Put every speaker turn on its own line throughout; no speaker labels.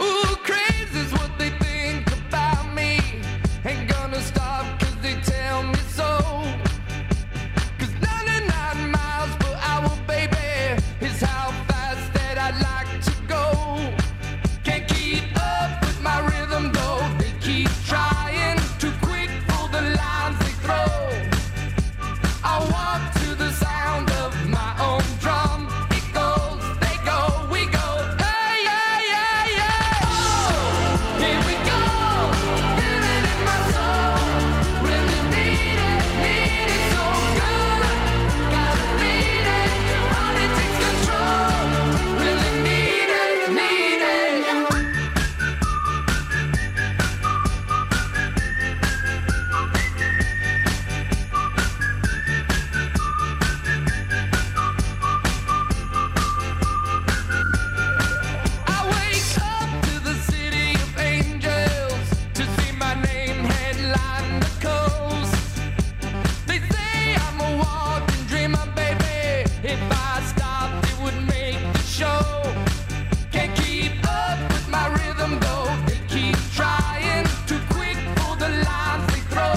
Ooh, crazy's what they think about me. Ain't gonna stop 'cause they tell me so. 'Cause 99 miles per hour, baby, is how fast that I like to go. Can't keep up with my rhythm though. They keep trying, too quick for the lines they throw. I walk to the sound of my own drum. It goes, they go, we go. Hey, yeah, yeah, yeah. Oh, here we go. Feel it in my soul. Really need it, need it so good. Gotta need it. Your body takes control. Really need it, need it. I wake up to the city of angels to see my name headline the coast. They say I'm a walking dreamer, baby. If I stopped, it would make the show. Can't keep up with my rhythm though. They keep trying, too quick for the lines they throw.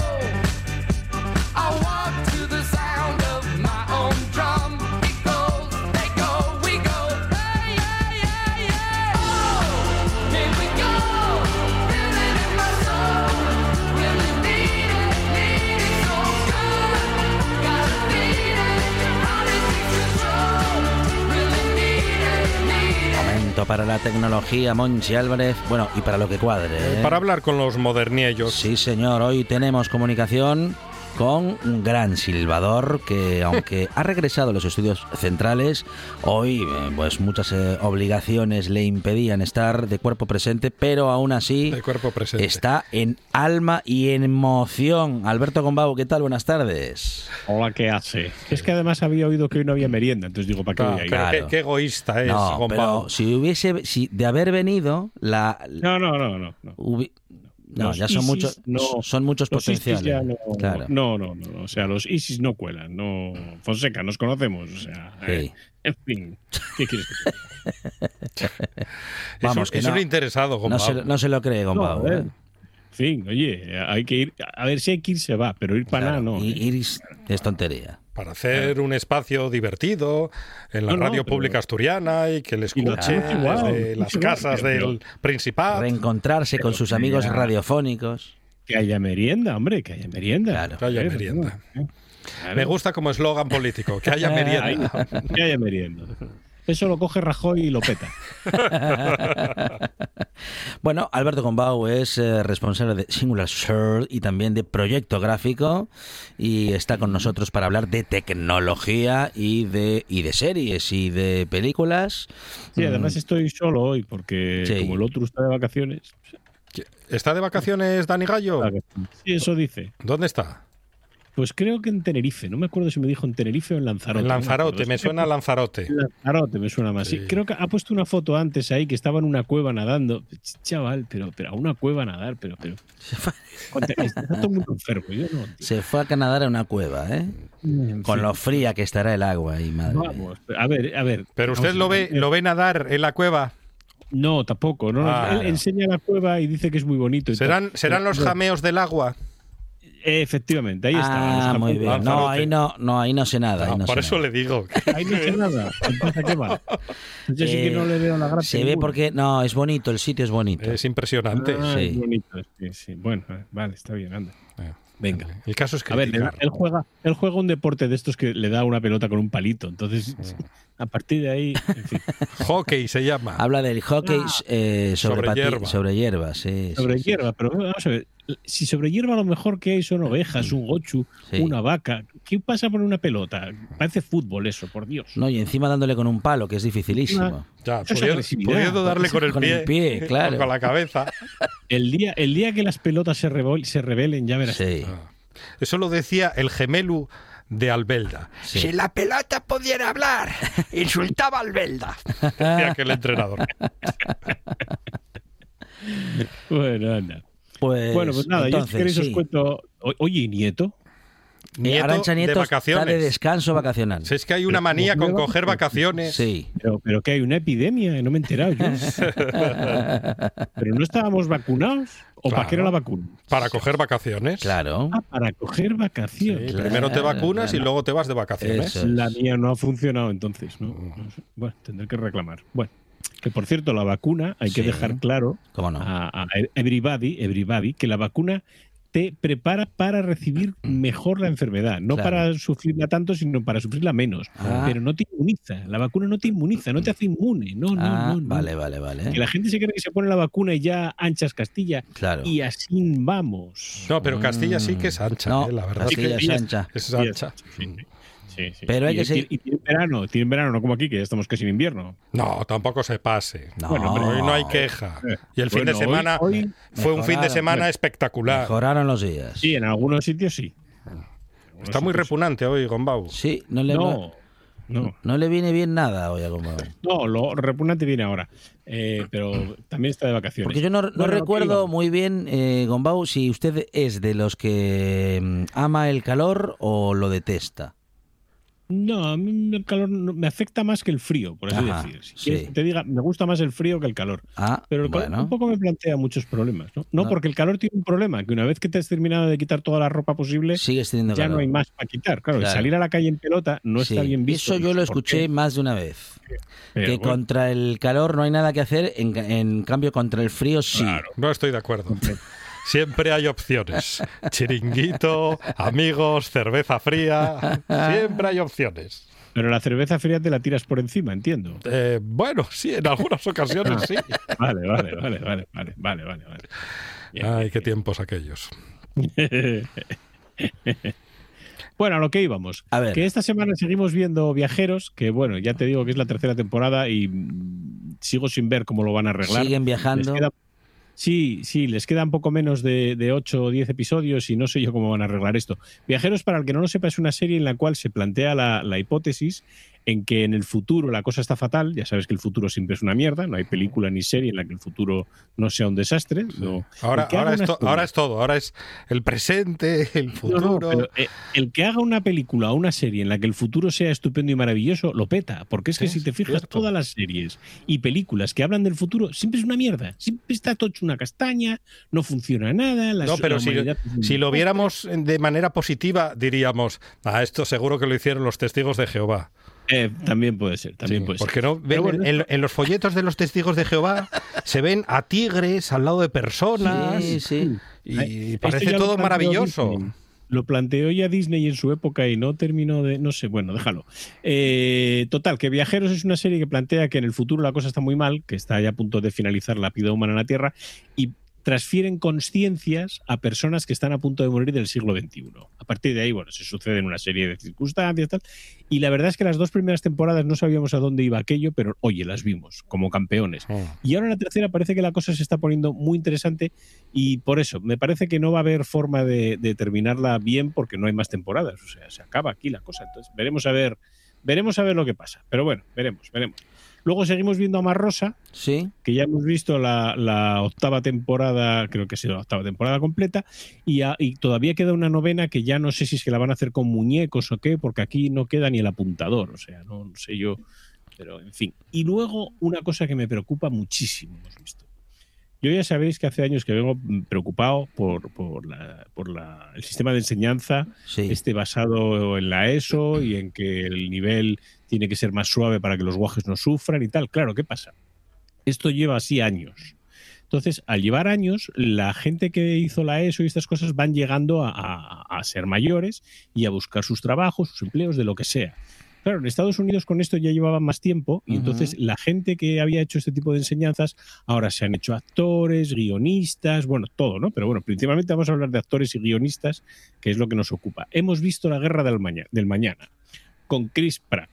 I walk to the sound of my own drum. It goes, they go, we go. Hey, yeah, yeah, yeah. Oh, here we go. Feel it in my soul. Really need it, need it so good. Gotta need it. Your body takes control. Really need it, need it.
Momento para la tecnología, Monchi Álvarez. Bueno, y para lo que cuadre. ¿eh?
Para hablar con los moderniellos.
Sí, señor. Hoy tenemos comunicación con un gran silbador que, aunque ha regresado a los estudios centrales, hoy eh, pues muchas eh, obligaciones le impedían estar de cuerpo presente, pero aún así
De cuerpo presente.
está en alma y en emoción. Alberto Gombau, ¿qué tal? Buenas tardes.
Hola, ¿qué hace? Es que además había oído que hoy no había merienda, entonces digo, ¿para qué
Claro,
voy a ir?
pero
Claro.
Qué, qué egoísta es,
No,
Gombao.
pero si hubiese, si de haber venido, la,
No, no, no, no. no.
Hubi- No,
Los
ya son
ISIS
muchos,
no.
son muchos
Los
potenciales.
ISIS ya no,
claro.
no, no, no, no. O sea, los ISIS no cuelan. No, Fonseca, nos conocemos. O sea,
Sí.
eh, en fin, ¿qué quieres que te diga?
Es un-
Vamos,
es,
que
un,
no-
interesado,
no,
Gombao.
se, no se lo cree, Gombao.
No,
¿eh?
eh. En fin, oye, hay que ir. A ver si hay que ir, se va, pero ir para
Claro,
nada no.
y-
eh.
ir es- es tontería.
Para
eh.
hacer un espacio divertido en la
No, no,
radio
pero-
pública asturiana y que le
Y lo
escuchen
hacemos
igual,
desde las
igual,
casas
pero-
del
Ah,
Principado.
Reencontrarse con sus amigos radiofónicos.
Que haya merienda, hombre, que haya merienda.
Claro.
Que haya
Joder,
merienda.
claro.
Me gusta como eslogan político, que haya merienda.
Que haya merienda. Eso lo coge Rajoy y lo peta.
Bueno, Alberto Gombau es eh, responsable de Singular Shirt y también de Proyecto Gráfico y está con nosotros para hablar de tecnología y de, y de series y de películas.
Sí, además estoy solo hoy porque
Mm. Sí.
como el otro está de vacaciones.
¿Está de vacaciones Dani Gallo?
Sí, eso dice.
¿Dónde está?
Pues creo que en Tenerife. No me acuerdo si me dijo en Tenerife o en Lanzarote.
En
no me
Lanzarote,
acuerdo.
me suena a Lanzarote.
En Lanzarote me suena más. Sí.
Sí.
creo que ha puesto una foto antes ahí que estaba en una cueva nadando. Ch- Chaval, pero, pero a una cueva a nadar, pero, pero. Conte- Está todo el mundo enfermo. Yo no.
Se fue a Canadá a una cueva, ¿eh?
En
Con
fin,
lo fría que estará el agua y madre. mía.
Vamos, a ver, a ver.
Pero usted
Vamos a
lo ve,
ver.
lo ve nadar en la cueva.
No, tampoco. No, no.
Ah,
Él
no.
enseña la cueva y dice que es muy bonito. y tal.
¿Serán, serán los
Pero-
jameos del agua?
Efectivamente, ahí está.
Ah, muy bien. No,
Lanzarote.
ahí no, no, ahí no sé nada. ahí
Ah,
no
por
sé
eso
nada.
le digo.
Ahí no sé nada. Entonces, ¿a qué va? Yo sí que
Eh,
no le veo la gracia.
Se ve
ninguna.
porque no, es bonito, el sitio es bonito.
Es impresionante.
Ah,
sí.
es bonito, sí, sí. Bueno, eh, vale, está bien, anda.
Ah,
Venga.
El caso es
A ver, le da-
criticar.
él juega, él juega un deporte de estos que le da una pelota con un palito. Entonces, a partir de ahí, en fin,
Hockey se llama.
Habla del hockey eh, sobre,
Sobre
pati-
hierba.
sobre hierba, sí. sí,
sobre
sí.
hierba. Pero vamos a ver, si sobre hierba lo mejor que hay son ovejas, un gochu,
Sí.
una vaca. ¿Qué pasa por una pelota? Parece fútbol eso, por Dios.
No, y encima dándole con un palo, que es
Ah,
dificilísimo.
Ya,
Eso es
pudiendo,
agresividad.
pudiendo darle con el
Con
pie,
el pie, claro.
o con la cabeza.
El día, el Ah.
Ah.
día que las pelotas se, revol- se rebelen, ya verás.
Sí.
Eso lo decía el gemelu de Albelda.
Sí.
Si la pelota pudiera hablar, insultaba al Belda.
Decía aquel
Eh,
entrenador.
Bueno, anda.
Pues,
bueno, pues nada, yo si
entonces,
queréis os
sí.
cuento. O- Oye, ¿y Nieto.
Nieto
Arantxa Nieto está
de
de
vacaciones.
descanso vacacional.
Si es que hay una manía con coger vacaciones.
Sí.
Pero, pero que hay una epidemia, eh, no me he enterado yo. pero no estábamos vacunados. ¿O para qué era la
Claro.
vacuna?
Para coger vacaciones.
Claro.
Ah, para coger
Sí,
vacaciones.
Primero te
Claro,
vacunas y
claro.
luego te vas de vacaciones.
Eso
La
es.
mía no ha funcionado entonces, ¿no? No sé. Bueno, tendré que reclamar. Bueno, que por cierto, la vacuna, hay que
Sí.
dejar claro
¿Cómo no?
a, a everybody, everybody que la vacuna te prepara para recibir mejor la enfermedad, no
Claro.
para sufrirla tanto, sino para sufrirla menos.
Ah.
Pero no te inmuniza, la vacuna no te inmuniza, no te hace inmune, no, no,
Ah,
no, no.
Vale, vale, vale.
Que la gente se cree que se pone la vacuna y ya anchas Castilla,
Claro.
y así vamos.
No, pero Castilla sí que es ancha,
No,
eh, la verdad.
Castilla es
Sí que-
ancha.
Es
Castilla
ancha.
Sí, sí. Sí, sí.
Pero hay
y,
que
y-
seguir-
y tiene verano, tiene verano, no como aquí, que ya estamos casi en invierno.
No, tampoco se pase.
No.
Bueno, hombre,
Hoy no hay queja. Y el fin
Eh, Bueno,
de semana
hoy- hoy-
fue un fin de
mejoraron,
semana espectacular.
Mejoraron los días.
Sí, en algunos sitios sí.
Está muy repugnante hoy, Gombau.
Sí, no le,
No, no.
no le viene bien nada hoy a Gombau.
No, lo repugnante viene ahora. Eh, pero también está de vacaciones.
Porque yo no, no
Bueno, lo que
recuerdo
iba.
muy bien, eh, Gombau, si usted es de los que mm, ama el calor o lo detesta.
No, a mí el calor no- me afecta más que el frío, por así
Ajá,
decir. Si
sí.
quieres que te diga, me gusta más el frío que el calor.
Ah,
Pero el calor
bueno.
tampoco me plantea muchos problemas. ¿no? No,
No.
porque el calor tiene un problema, que una vez que te has terminado de quitar toda la ropa posible,
Sigues teniendo
ya
calor.
no hay más para quitar. Claro, y
Claro.
salir a la calle en pelota no
Sí,
está bien visto.
Eso yo lo
No sé por
escuché
qué,
más de una vez.
pero
que
bueno,
contra el calor no hay nada que hacer, en, en cambio contra el frío sí.
No estoy de acuerdo. Siempre hay opciones. Chiringuito, amigos, cerveza fría. Siempre hay opciones.
Pero la cerveza fría te la tiras por encima, entiendo.
Eh, bueno, sí, en algunas ocasiones sí.
Vale, vale, vale, vale, vale, vale, vale, vale.
Ay, qué tiempos aquellos.
Bueno, a lo que íbamos.
A ver.
Que esta semana seguimos viendo Viajeros, que bueno, ya te digo que es la tercera temporada y mm, sigo sin ver cómo lo van a arreglar.
Siguen
Les
viajando.
queda- sí, sí, les quedan poco menos de, de 8 o 10 episodios y no sé yo cómo van a arreglar esto. Viajeros, para el que no lo sepa, es una serie en la cual se plantea la, la hipótesis en que en el futuro la cosa está fatal. Ya sabes que el futuro siempre es una mierda, no hay película ni serie en la que el futuro no sea un desastre. no.
Ahora,
El que
ahora,
haga
es
una
to-
serie-
ahora es todo. Ahora es el presente, el
No, no,
futuro.
pero, eh, el que haga una película o una serie en la que el futuro sea estupendo y maravilloso, lo peta. Porque es que
Sí,
si te
es
fijas,
cierto.
todas las series y películas que hablan del futuro siempre es una mierda. Siempre está todo hecho una castaña, no funciona nada. La,
No, pero
la
si,
humanidad es un
si lo viéramos de manera positiva, diríamos, ah, esto seguro que lo hicieron los testigos de Jehová.
Eh, también puede ser, también
Sí,
puede
porque
ser.
no ven
Pues Pero bueno,
en, en los folletos de los testigos de Jehová se ven a tigres al lado de personas
Sí, sí.
y
esto este ya
parece
lo
todo
planteó
maravilloso.
Disney. Lo planteó ya Disney en su época y no terminó de. No sé, bueno, déjalo. Eh, total, que Viajeros es una serie que plantea que en el futuro la cosa está muy mal, que está ya a punto de finalizar la vida humana en la Tierra y transfieren conciencias a personas que están a punto de morir del siglo XXI. A partir de ahí, bueno, se suceden una serie de circunstancias, tal. Y la verdad es que las dos primeras temporadas no sabíamos a dónde iba aquello, pero oye, las vimos como campeones.
Mm.
Y ahora en la tercera parece que la cosa se está poniendo muy interesante y por eso me parece que no va a haber forma de, de terminarla bien porque no hay más temporadas. O sea, se acaba aquí la cosa. Entonces veremos a ver, veremos a ver lo que pasa. Pero bueno, veremos, veremos. Luego seguimos viendo a Mar Rosa,
Sí.
que ya hemos visto la, la octava temporada, creo que ha sido la octava temporada completa, y, a- y todavía queda una novena que ya no sé si es que la van a hacer con muñecos o qué, porque aquí no queda ni el apuntador, o sea, no, no sé yo, pero en fin. Y luego una cosa que me preocupa muchísimo, hemos visto. Yo ya sabéis que hace años que vengo mm, preocupado por, por, la- por la- el sistema de enseñanza
Sí.
este basado en la ESO y en que el nivel tiene que ser más suave para que los guajes no sufran y tal. Claro, ¿qué pasa? Esto lleva así años. Entonces, al llevar años, la gente que hizo la ESO y estas cosas van llegando a, a- a ser mayores y a buscar sus trabajos, sus empleos, de lo que sea. Claro, en Estados Unidos con esto ya llevaban más tiempo
Ujú.
y entonces la gente que había hecho este tipo de enseñanzas ahora se han hecho actores, guionistas, bueno, todo, ¿no? Pero bueno, principalmente vamos a hablar de actores y guionistas, que es lo que nos ocupa. Hemos visto la guerra del, maña- del mañana con Chris Pratt.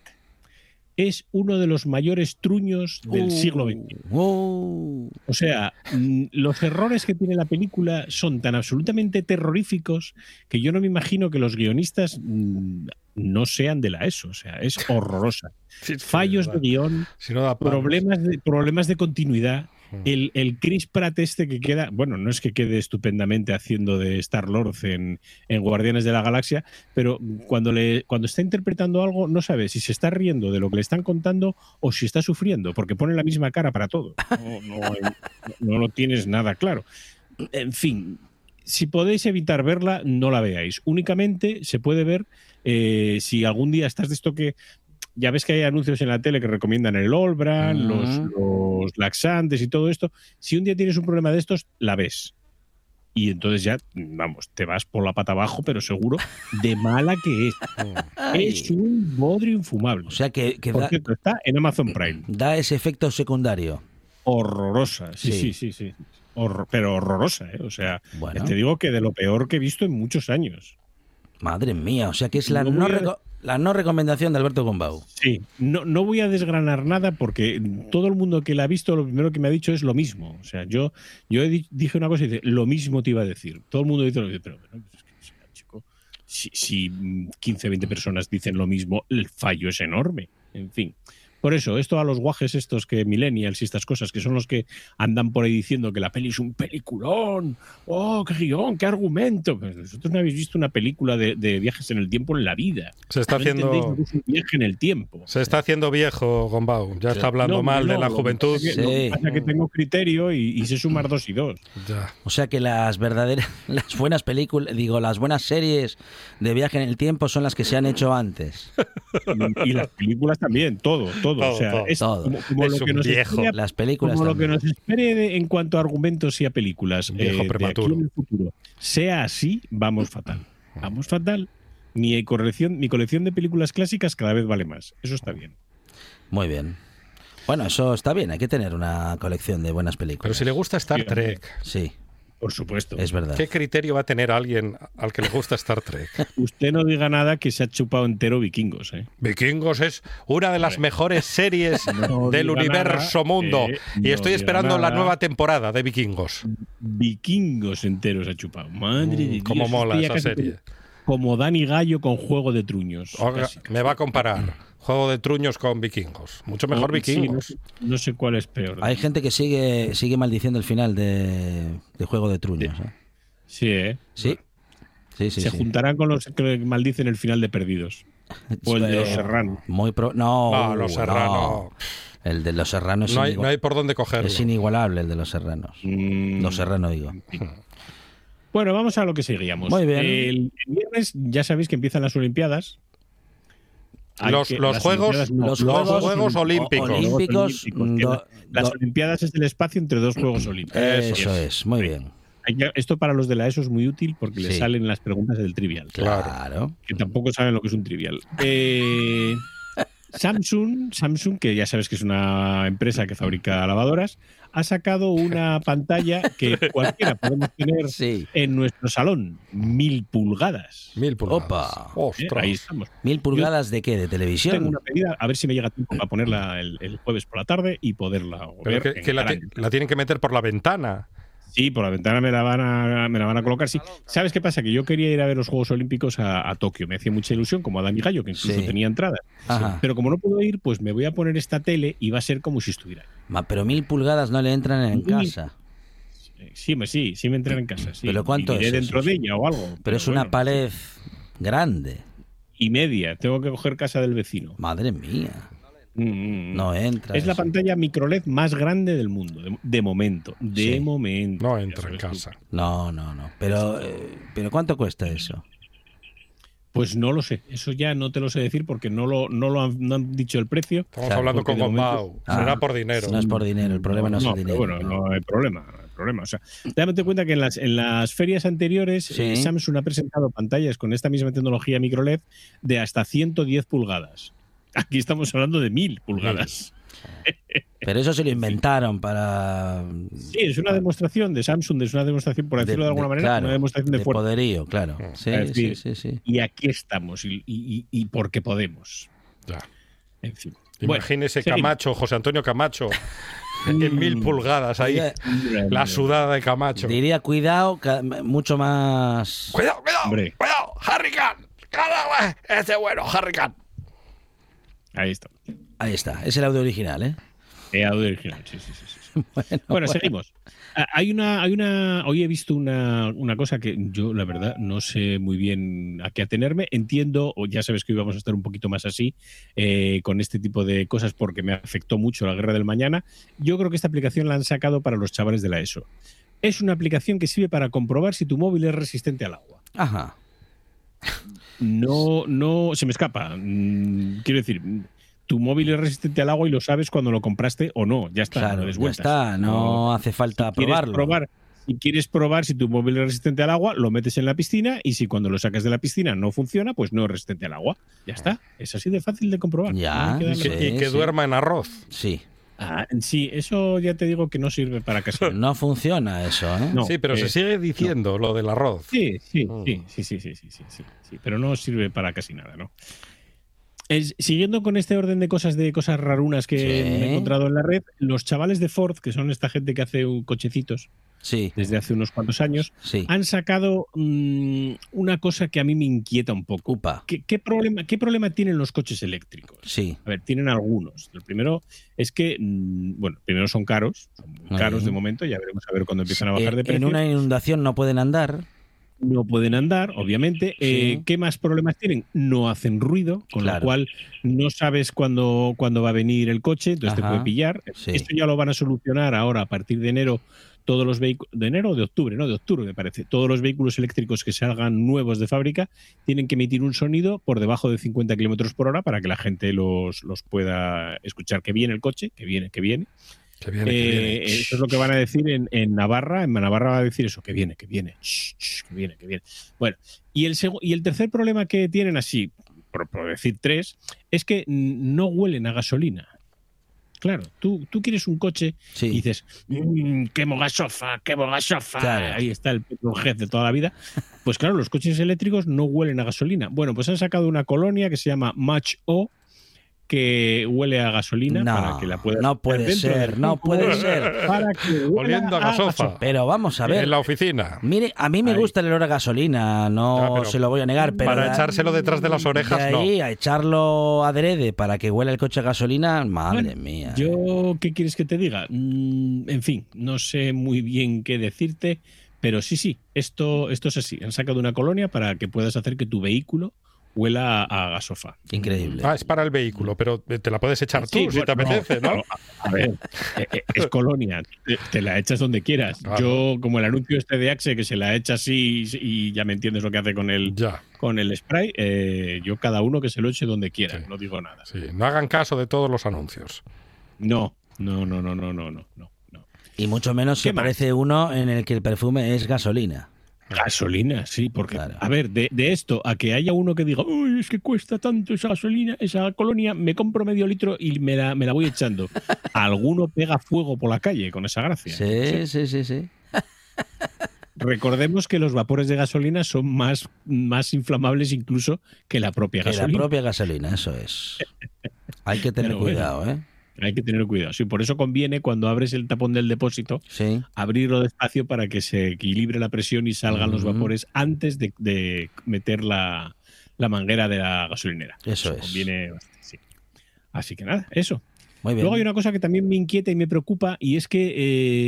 Es uno de los mayores truños del
Uh,
siglo XX.
uh,
O sea, mm, los errores que tiene la película son tan absolutamente terroríficos que yo no me imagino que los guionistas mm, no sean de la ESO. O sea, es horrorosa.
Sí, es que
Fallos de
verdad.
guión,
Si no da pan.
problemas de, problemas de continuidad.
Mm.
El, el Chris Pratt este que queda, bueno, no es que quede estupendamente haciendo de Star-Lord en, en Guardianes de la Galaxia, pero cuando, le, cuando está interpretando algo no sabe si se está riendo de lo que le están contando o si está sufriendo, porque pone la misma cara para todo. No, no- no lo tienes nada claro. En fin, si podéis evitar verla, no la veáis. Únicamente se puede ver eh, si algún día estás de esto que ya ves que hay anuncios en la tele que recomiendan el
Ujú.
Olbran, los, los laxantes y todo esto. Si un día tienes un problema de estos, la ves. Y entonces ya, vamos, te vas por la pata abajo, pero seguro, de mala que es. Es un bodrio infumable.
O sea que, que
Por
da,
cierto, está en Amazon Prime.
da ese efecto secundario.
Horrorosa. Sí,
Sí.
sí, sí, sí. Horror- pero horrorosa, ¿eh? O sea,
Bueno.
te digo que de lo peor que he visto en muchos años.
Madre mía, o sea que es la
No
no,
voy a-
reco- la no recomendación de Alberto Gombau.
Sí, no, no voy a desgranar nada porque todo el mundo que la ha visto lo primero que me ha dicho es lo mismo. O sea, yo, yo he di- dije una cosa y dice, lo mismo te iba a decir. Todo el mundo dice lo mismo, pero bueno, pues es que, o sea, chico, si, si mm, 15, 20 personas dicen lo mismo, el fallo es enorme. En fin. Por eso, esto a los guajes estos que millennials y estas cosas, que son los que andan por ahí diciendo que la peli es un peliculón, oh, qué guión, qué argumento. Pues vosotros no habéis visto una película de, de viajes en el tiempo en la vida.
Se está
No entendéis lo
haciendo.
que es un viaje en el tiempo.
Se está haciendo viejo, Gombau. Ya está hablando
No,
mal
hombre,
de
no,
la
lo que
juventud.
pasa es que- lo que
Sí.
pasa es que tengo criterio y, y sé sumar dos y dos.
Ya.
O sea que las verdaderas, las buenas películas, digo, las buenas series de viaje en el tiempo son las que se han hecho antes.
Y, y las películas también, todo, todo.
Todo,
o sea,
todo.
es
Todo.
como, como
Es
lo
un
que nos
viejo.
espera-
Las películas.
como lo que
también.
nos espere de- en cuanto a argumentos y a películas eh,
Un viejo
de aquí
prematuro.
en el futuro sea así, vamos fatal. Vamos fatal. Mi colección, mi colección de películas clásicas cada vez vale más. Eso está bien.
Muy bien. Bueno, eso está bien, hay que tener una colección de buenas
Pero
películas.
si le gusta Star
Sí,
Trek,
Sí,
Por supuesto.
es verdad.
¿qué criterio va a tener alguien al que le gusta Star Trek?
Usted no diga nada que se ha chupado entero vikingos, ¿eh?
Vikingos es una de las mejores series
No
del
diga
universo
nada,
mundo.
eh,
y
no
estoy
diga
esperando la
nada. Mm,
nueva temporada de Vikingos.
vikingos enteros ha chupado. Madre de
Mm,
Dios.
cómo mola
estoy ya
esa
casi
serie.
Como Dani Gallo con Juego de Truños.
Oiga,
casi. Oh,
me va a comparar. Juego de truños con vikingos. Mucho mejor
Sí, no
vikingos.
sé- no, sé cuál es peor.
Hay gente que sigue, sigue maldiciendo el final de, de Juego de Truños. ¿eh?
Sí, ¿eh?
Sí, sí, sí.
Se
sí.
juntarán con los que maldicen el final de Perdidos. O el de Los
Eh,
Serrano. Ah,
Muy pro- No,
No,
uh,
los serranos.
El de Los Serranos es
Ah, No hay,
inigual-
no hay por dónde cogerlo.
es inigualable, el de Los Serranos.
Mm.
Los Serrano, digo.
Bueno, vamos a lo que seguíamos.
Muy bien.
El viernes ya sabéis que empiezan las Olimpiadas. Hay
Los- los
las
Juegos-
Olimpiadas no,
los Juegos Olímpicos.
Los Juegos
Olímpicos,
Olímpicos, que
do-
la- las
do-
Olimpiadas es el espacio entre dos Juegos Olímpicos.
eso es, muy bien.
Hay que- Esto para los de la ESO es muy útil porque les
Sí.
salen las preguntas del trivial,
Claro.
que tampoco saben lo que es un trivial. Eh, Samsung, Samsung, que ya sabes que es una empresa que fabrica lavadoras, ha sacado una pantalla que cualquiera podemos tener
Sí.
en nuestro salón, mil pulgadas.
Mil pulgadas.
Opa.
Eh,
Ostras.
Ahí estamos.
¿Mil pulgadas de qué? ¿De
Tengo
televisión?
una pedida, a ver si me llega tiempo para ponerla el, el jueves por la tarde y poderla
Pero
ver.
que,
en
que la, ti-
grande.
la tienen que meter por la ventana.
Sí, por la ventana me la van a, me la van a colocar. Sí. ¿Sabes qué pasa? Que yo quería ir a ver los Juegos Olímpicos a, a Tokio. Me hacía mucha ilusión, como a Dani Gallo, que incluso
Sí.
tenía entradas.
Ajá.
Pero como no puedo ir, pues me voy a poner esta tele y va a ser como si estuviera.
Ma, Pero mil pulgadas no le entran en
Mil-
casa.
Eh, Sí, me, sí, sí me entran en casa. sí.
¿Pero cuánto
Iré
es eso?
dentro de ella o algo.
Pero es una
bueno,
pared grande.
Y media. Tengo que coger casa del vecino.
Madre mía.
Mm, mm.
No entra.
es la
eso.
pantalla microLED más grande del mundo, de, de momento. De
Sí.
momento.
No
Ya
entra en
sabes tú.
casa.
No, no, no. Pero, eh, pero ¿cuánto cuesta eso?
Pues no lo sé. Eso ya no te lo sé decir porque no lo, no lo han, no han dicho el precio.
Estamos
Claro,
hablando
porque
con
de momento-
Gombau. Será
Ah,
por dinero.
No es por dinero, el problema no, es el
pero
dinero.
Bueno, no hay problema. no hay problema. O sea, date cuenta que en las, en las ferias anteriores
Sí.
eh, Samsung ha presentado pantallas con esta misma tecnología microLED de hasta 110 pulgadas. Aquí estamos hablando de 1000 pulgadas.
Pero eso se lo inventaron para...
Sí, es una demostración de Samsung, es una demostración, por decirlo de, alguna manera,
claro,
una demostración de,
de
fuerza. Mm.
poderío, claro. Sí,
Es
sí,
decir,
sí, sí.
Y aquí estamos, y, y- y- y porque podemos.
Ya.
En fin. Bueno,
Imagínese
seguimos.
Camacho, José Antonio Camacho, en mil pulgadas ahí.
Diría,
La sudada de Camacho.
diría, cuidado, ca- mucho más...
Cuidado, cuidado.
Hombre.
Cuidado, Harrigan. Caramba, ¡Ese bueno, Harry Khan.
Ahí está.
Ahí está, es el audio original, ¿eh?
Eh, audio original, sí, sí, sí, sí. Bueno, seguimos. Ah, Hay una, hay una. Hoy he visto una, una cosa que yo, la verdad, no sé muy bien a qué atenerme. Entiendo, o ya sabes que hoy vamos a estar un poquito más así eh, con este tipo de cosas porque me afectó mucho la guerra del mañana. Yo creo que esta aplicación la han sacado para los chavales de la ESO. Es una aplicación que sirve para comprobar si tu móvil es resistente al agua.
Ajá.
No, no, se me escapa. Mm, Quiero decir, tu móvil es resistente al agua y lo sabes cuando lo compraste o no. Ya está, no
Claro,
le des
ya
vueltas.
está, no hace falta
quieres
probarlo.
probar, si quieres probar si tu móvil es resistente al agua, lo metes en la piscina y si cuando lo sacas de la piscina no funciona, pues no es resistente al agua. Ya está. Es así de fácil de comprobar.
Ya,
No hay que
Y
darle-
que,
Sí,
y que
sí.
duerma en arroz.
Sí,
Ah, sí, eso ya te digo que no sirve para casi. nada.
no funciona eso, ¿eh?
No,
sí, pero
eh,
se sigue diciendo lo del arroz.
Sí, sí,
Mm.
sí, sí, sí, sí, sí, sí, sí, sí, pero no sirve para casi nada, ¿no? Es- siguiendo con este orden de cosas de cosas rarunas que
Sí.
me he encontrado en la red, los chavales de Ford, que son esta gente que hace uh, cochecitos
Sí,
desde hace unos cuantos años,
sí.
han sacado mm, una cosa que a mí me inquieta un poco.
Upa,
¿Qué, qué problema, ¿Qué problema tienen los coches eléctricos?
sí.
A ver, tienen algunos. El primero es que, mm, bueno, primero son caros, son muy
Muy
caros de
bien.
momento, ya veremos a ver cuando empiezan a bajar
Eh,
de precio.
en una inundación no pueden andar.
No pueden andar, obviamente. Eh, ¿Qué más problemas tienen? No hacen ruido, con lo
Claro.
cual no sabes cuándo, cuándo va a venir el coche, entonces te
Ajá,
puede pillar.
sí.
Esto ya lo van a solucionar ahora a partir de enero. Todos los vehículos de enero o de octubre, no de octubre me parece. Todos los vehículos eléctricos que salgan nuevos de fábrica tienen que emitir un sonido por debajo de 50 kilómetros por hora para que la gente los, los pueda escuchar. Que viene el coche, que viene, que viene.
Que viene, que
Eh,
viene.
eso es lo que van a decir en, en Navarra. En Navarra va a decir eso, que viene, que viene, ch, ch, que viene, que viene. Bueno, y el, segu- y el tercer problema que tienen así, por, por decir tres, es que n- no huelen a gasolina. Claro, tú, tú quieres un coche y
Sí.
dices, "Mm, qué mogasofa, qué mogasofa.
Claro.
Ahí está el jefe de toda la vida. Pues claro, los coches eléctricos no huelen a gasolina. Bueno, pues han sacado una colonia que se llama Match O que huele a gasolina para
No,
que la puedas
no puede
meter dentro
ser,
del
no
vehículo
puede ser.
para que huela
Oliendo a gasofa.
Pero vamos ah, a
En
ver.
la oficina.
Mire, a mí me
Ahí. Ah,
gusta el olor a gasolina,
Ya,
no
pero
se lo voy a negar, pero
Para
de-
echárselo detrás de las
de
orejas, no.
ahí a echarlo adrede para que huela el coche a gasolina, madre
Bueno,
mía.
Yo, ¿qué quieres que te diga? Mm, en fin, no sé muy bien qué decirte, pero sí, sí, esto, esto es así. Han sacado una colonia para que puedas hacer que tu vehículo huela a, a gasofa.
Increíble.
Ah, es para el vehículo, pero te la puedes echar tú
Sí,
si te
bueno,
apetece, ¿no?
claro, A ver, eh, eh, es colonia, te, te la echas donde quieras.
Claro.
Yo, como el anuncio este de Axe, que se la echa así y, y ya me entiendes lo que hace con el,
Ya.
con el spray, eh, yo cada uno que se lo eche donde quiera,
Sí.
no digo nada.
Sí, no hagan caso de todos los anuncios.
No, no, no, no, no, no, no, no. no.
Y mucho menos
¿Qué
si
más?
aparece uno en el que el perfume es gasolina.
Gasolina, sí, porque,
Claro.
a ver, de, de esto a que haya uno que diga, uy, es que cuesta tanto esa gasolina, esa colonia, me compro medio litro y me la, me la voy echando. Alguno pega fuego por la calle con esa gracia.
Sí, sí, sí, sí.
Recordemos que los vapores de gasolina son más, más inflamables incluso que la propia
Que la
gasolina.
propia gasolina, eso es. Hay que tener
Pero bueno.
cuidado, ¿eh?
Hay que tener cuidado. Sí, por eso conviene cuando abres el tapón del depósito
Sí.
abrirlo despacio para que se equilibre la presión y salgan los
Ujú.
vapores antes de, de meter la, la manguera de la gasolinera.
Eso es.
conviene bastante, sí. Así que nada, eso.
Muy bien.
Luego hay una cosa que también me inquieta y me preocupa y es que,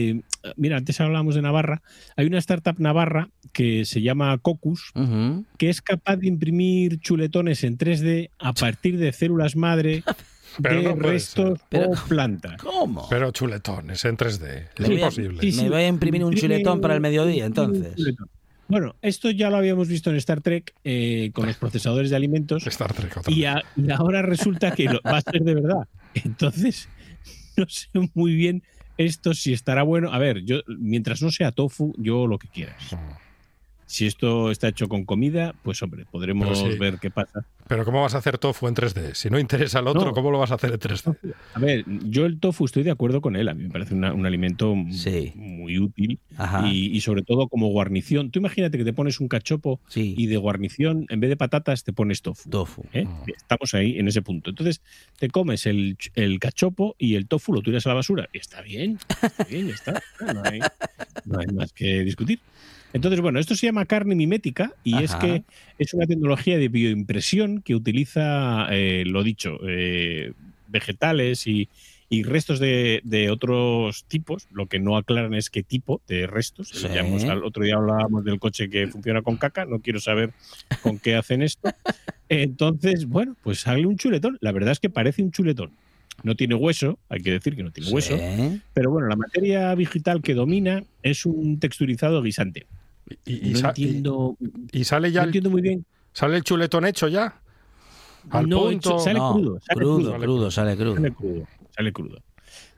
eh, mira, antes hablábamos de Navarra, hay una startup navarra que se llama Cocus,
Ujú.
que es capaz de imprimir chuletones en 3D a partir de células madre
Pero
de
no puede
restos
Pero-
o plantas.
¿Cómo?
Pero chuletones en 3D.
Le
Es
voy a-
imposible.
sí, sí.
Me voy a imprimir un
Imprime-
chuletón para el mediodía,
imprime un
entonces.
chuletón. Bueno, esto ya lo habíamos visto en Star Trek eh, con los procesadores de alimentos
Star Trek otra
y,
vez.
a- y ahora resulta que lo- va a ser de verdad. Entonces, no sé muy bien esto si estará bueno. A ver, yo mientras no sea tofu, yo lo que quieras. Si esto está hecho con comida, pues hombre, podremos
Pero sí.
ver qué pasa.
Pero ¿cómo vas a hacer tofu en 3D? Si no interesa al otro,
No.
¿cómo lo vas a hacer en 3D?
A ver, yo el tofu estoy de acuerdo con él. A mí me parece una- un alimento m-
Sí. Ah.
muy útil
Ajá.
y, y sobre todo como guarnición. Tú imagínate que te pones un cachopo
sí.
y de guarnición, en vez de patatas, te pones tofu.
Tofu.
¿eh? Estamos ahí en ese punto. Entonces, te comes el, ch- el cachopo y el tofu lo tiras a la basura. Está bien, está bien, ya está. No hay, no hay más que discutir. Entonces, bueno, esto se llama carne mimética y es
Ajá.
que es una tecnología de bioimpresión que utiliza, eh, lo dicho, eh, vegetales y, y restos de, de otros tipos. Lo que no aclaran es qué tipo de restos.
Sí.
Ya hemos- al otro día hablábamos del coche que funciona con caca, no quiero saber con qué hacen esto. Entonces, bueno, pues sale un chuletón. La verdad es que parece un chuletón. No tiene hueso, hay que decir que no tiene hueso.
Sí.
Pero bueno, la materia vegetal que domina es un texturizado guisante.
Y, y
no
sa-
entiendo,
y- y sale
no
ya el,
entiendo muy bien.
sale el chuletón hecho ya. Al
No,
punto.
sale
No,
crudo, sale
crudo,
crudo,
crudo, sale crudo.
Sale crudo, sale crudo.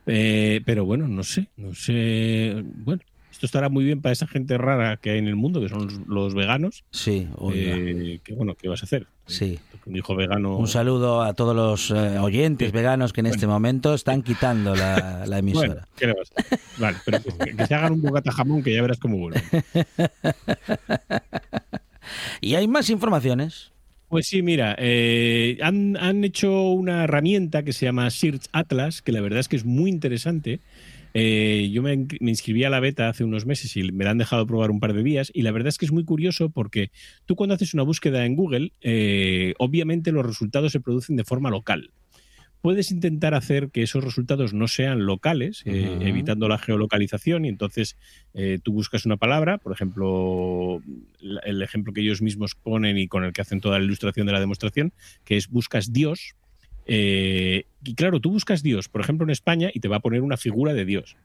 Eh, pero bueno, no sé, no sé. Bueno, esto estará muy bien para esa gente rara que hay en el mundo, que son los, los veganos.
Sí, oiga.
Eh, que bueno, ¿qué vas a hacer?
Sí.
Un hijo vegano.
Un saludo a todos los eh, oyentes veganos que en este momento están quitando la, la
Bueno,
emisora.
¿qué le vas a hacer? Vale, pero que, que se hagan un bocata jamón que ya verás cómo vuelve.
Y hay más informaciones.
Pues sí, mira, eh, han, han hecho una herramienta que se llama Search Atlas, que la verdad es que es muy interesante. Eh, yo me, in- me inscribí a la beta hace unos meses y me la han dejado probar un par de días y la verdad es que es muy curioso porque tú cuando haces una búsqueda en Google, eh, obviamente los resultados se producen de forma local. Puedes intentar hacer que esos resultados no sean locales, eh,
Ujú.
evitando la geolocalización y entonces eh, tú buscas una palabra, por ejemplo, la- el ejemplo que ellos mismos ponen y con el que hacen toda la ilustración de la demostración, que es buscas Dios. eh, y claro, tú buscas Dios, por ejemplo, en España, y te va a poner una figura de Dios.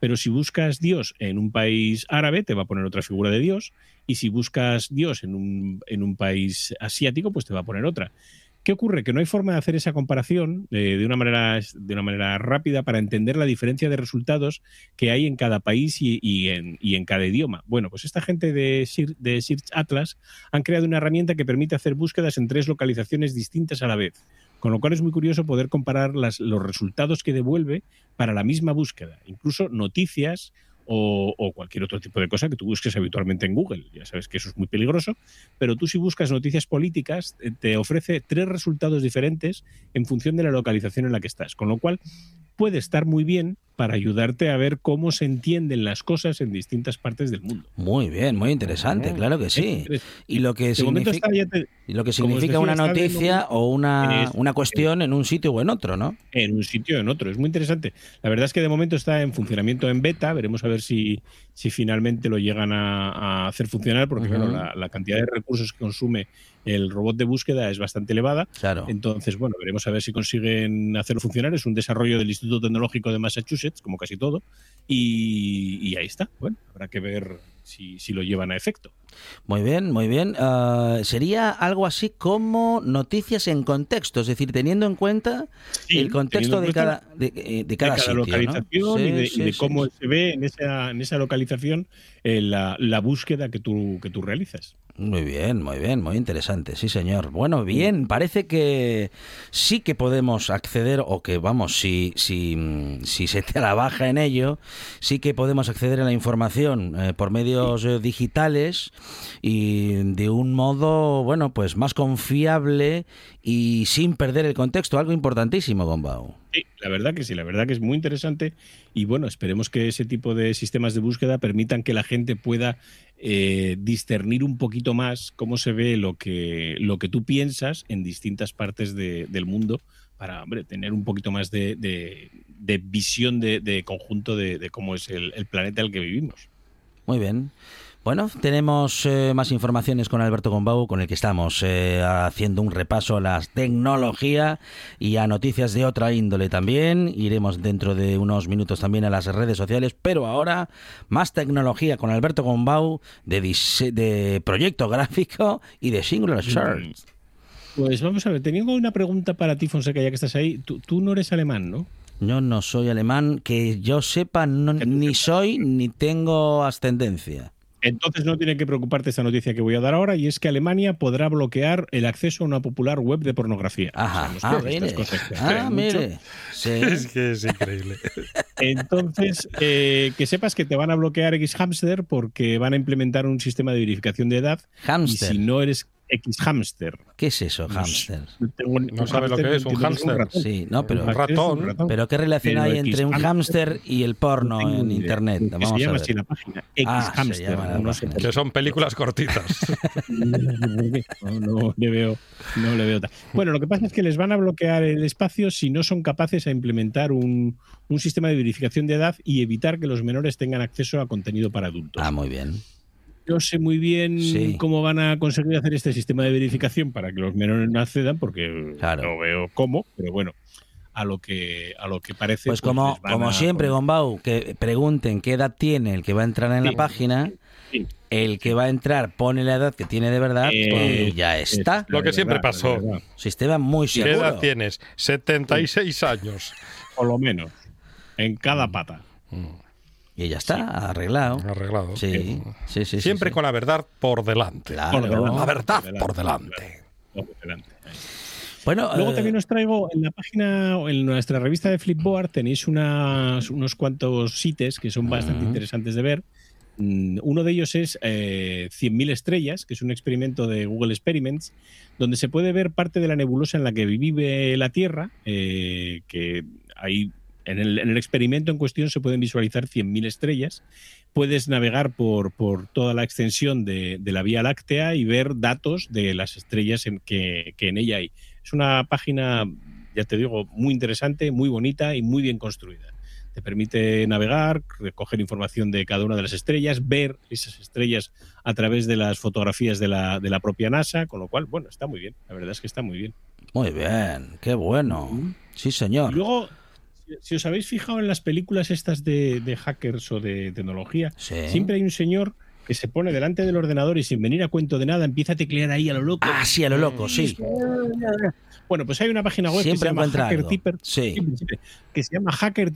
Pero si buscas Dios en un país árabe, te va a poner otra figura de Dios. Y si buscas Dios en un, en un país asiático, pues te va a poner otra. ¿Qué ocurre? Que no hay forma de hacer esa comparación eh, de, una manera, de una manera rápida para entender la diferencia de resultados que hay en cada país y, y en, y en cada idioma. Bueno, pues esta gente de, Sir- de Search Atlas han creado una herramienta que permite hacer búsquedas en tres localizaciones distintas a la vez, con lo cual es muy curioso poder comparar las- los resultados que devuelve para la misma búsqueda, incluso noticias. O, o cualquier otro tipo de cosa que tú busques habitualmente en Google. Ya sabes que eso es muy peligroso, pero tú si buscas noticias políticas eh, te ofrece tres resultados diferentes en función de la localización en la que estás, con lo cual puede estar muy bien para ayudarte a ver cómo se entienden las cosas en distintas partes del mundo. ¿eh?
Muy bien, muy interesante, claro que sí.
Entonces,
Y lo que
de momento
significa,
está ya te-
y lo que
como os
significa
decía,
una
está de
noticia o una,
es-
una cuestión en un sitio o en otro, ¿no?
en un sitio o en otro. Es muy interesante. La verdad es que de momento está en funcionamiento en beta. Veremos a ver si, si finalmente lo llegan a, a hacer funcionar, porque
Ujú.
claro, la, la cantidad de recursos que consume el robot de búsqueda es bastante elevada.
Claro.
Entonces, bueno, veremos a ver si consiguen hacerlo funcionar. Es un desarrollo del Instituto Tecnológico de Massachusetts, como casi todo. Y, y ahí está. Bueno, habrá que ver si, si lo llevan a efecto.
Muy bien, muy bien. Ah, sería algo así como noticias en contexto, es decir, teniendo en cuenta
Sí,
el contexto
teniendo
de
en
cada,
cuenta
de, eh, de
de cada,
cada sitio. ¿no?
localización
Sí,
y de, y
sí,
de
sí,
cómo
sí.
se ve en esa, en esa localización eh, la, la búsqueda que tú, que tú realizas.
Muy bien, muy bien, muy interesante, sí señor. Bueno, bien, parece que sí que podemos acceder, o que vamos, si, si, mm, si se trabaja en ello, sí que podemos acceder a la información eh, por medios eh, digitales y de un modo, bueno, pues más confiable y sin perder el contexto, algo importantísimo, Gombau.
Sí, la verdad que sí, la verdad que es muy interesante y bueno, esperemos que ese tipo de sistemas de búsqueda permitan que la gente pueda eh, discernir un poquito más cómo se ve lo que, lo que tú piensas en distintas partes de- del mundo para hombre, tener un poquito más de, de- de visión de, de conjunto de, de cómo es el, el planeta en el que vivimos.
Muy bien. Bueno, tenemos eh, más informaciones con Alberto Gombau, con el que estamos eh, haciendo un repaso a la tecnología y a noticias de otra índole también. Iremos dentro de unos minutos también a las redes sociales, pero ahora más tecnología con Alberto Gombau de, dise- de proyecto gráfico y de Singular Search.
Pues vamos a ver, tenía una pregunta para ti, Fonseca, ya que estás ahí. Tú, tú no eres alemán, ¿no?
Yo no soy alemán, que yo sepa, no- ni soy ni tengo ascendencia.
Entonces no tiene que preocuparte esta noticia que voy a dar ahora, y es que Alemania podrá bloquear el acceso a una popular web de pornografía.
Ajá,
O sea,
ah,
nos cuentan
mire.
estas cosas que
Ah,
hacen mucho.
mire. Sí.
Es que es increíble.
Entonces, eh, que sepas que te van a bloquear X Hamster porque van a implementar un sistema de verificación de edad. Y
Hamster.
si no eres X hamster.
¿Qué es eso,
No sé.
hámster?
No sabes lo que es, un hámster.
Sí, no, pero,
Un ratón.
pero ¿qué relación
Eh, Pero
hay
X
entre un
hámster-
hámster y el porno
tengo
en
ni idea.
internet?
Que
Vamos
se
a
llama
ver.
así la página. X
Ah, se
hamster.
llama la
no, sé
página.
por
Que son películas cortitas.
qué. No, no le veo, no le veo tal. Bueno, lo que pasa es que les van a bloquear el espacio si no son capaces a implementar un, un sistema de verificación de edad y evitar que los menores tengan acceso a contenido para adultos.
Ah, muy bien.
No sé muy bien
Sí.
cómo van a conseguir hacer este sistema de verificación para que los menores no accedan, porque
Claro.
no veo cómo, pero bueno, a lo que a lo que parece.
Pues como,
les van
como
a-
siempre, Gombau, que pregunten qué edad tiene el que va a entrar en la
Sí.
página,
Sí.
el que va a entrar pone la edad que tiene de verdad
Eh,
y ya
Es-
está.
Lo que
es
siempre
verdad,
pasó.
es verdad.
Sistema muy
¿Qué
seguro.
edad tienes? 76 años.
Por lo menos. En cada pata.
Y ya está, arreglado.
Ah,
Arreglado.
Sí, sí, sí. sí,
Siempre
sí.
con la verdad por delante.
Claro.
Por delante.
La verdad
Por
por
delante.
delante.
Vamos adelante.
Bueno,
Luego
eh,
también os traigo en la página, o en nuestra revista de Flipboard, tenéis unas- unos cuantos sites que son bastante
Ujú.
interesantes de ver. Mm, Uno de ellos es eh, 100.000 estrellas, que es un experimento de Google Experiments, donde se puede ver parte de la nebulosa en la que vive la Tierra, eh, que ahí en el, en el experimento en cuestión se pueden visualizar 100.000 estrellas. Puedes navegar por, por toda la extensión de, de la Vía Láctea y ver datos de las estrellas en que, que en ella hay. Es una página, ya te digo, muy interesante, muy bonita y muy bien construida. Te permite navegar, recoger información de cada una de las estrellas, ver esas estrellas a través de las fotografías de la, de la propia NASA, con lo cual, bueno, está muy bien. La verdad es que está muy bien.
Muy bien, qué bueno. Sí, señor.
Y luego, si- si os habéis fijado en las películas estas de, de hackers o de tecnología,
Sí.
siempre hay un señor que se pone delante del ordenador y sin venir a cuento de nada empieza a teclear ahí a lo loco.
Ah, sí, a lo loco, sí.
Bueno, pues hay una página web que se
Siempre
llama
encuentra
Hacker
algo.
Tipper.
Sí.
Siempre, siempre. que se llama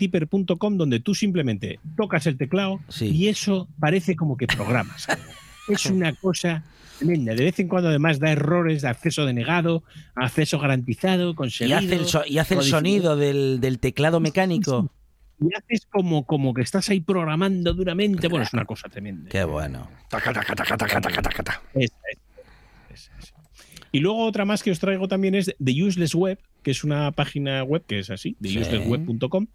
hackertipper.com, donde tú simplemente tocas el teclado
Sí.
y eso parece como que programas. es una cosa tremenda. De vez en cuando además da errores de acceso denegado, acceso garantizado,
Y
conseguido.
hace el, so- y hace el
codificado.
sonido del, del teclado mecánico.
Y haces como, como que estás ahí programando duramente. Bueno, es una cosa tremenda.
Qué bueno.
Taca, taca, taca, taca, taca, taca, taca.
Esa, esa, esa, esa. Y luego otra más que os traigo también es The Useless Web, que es una página web que es así,
Sí.
theuselessweb.com,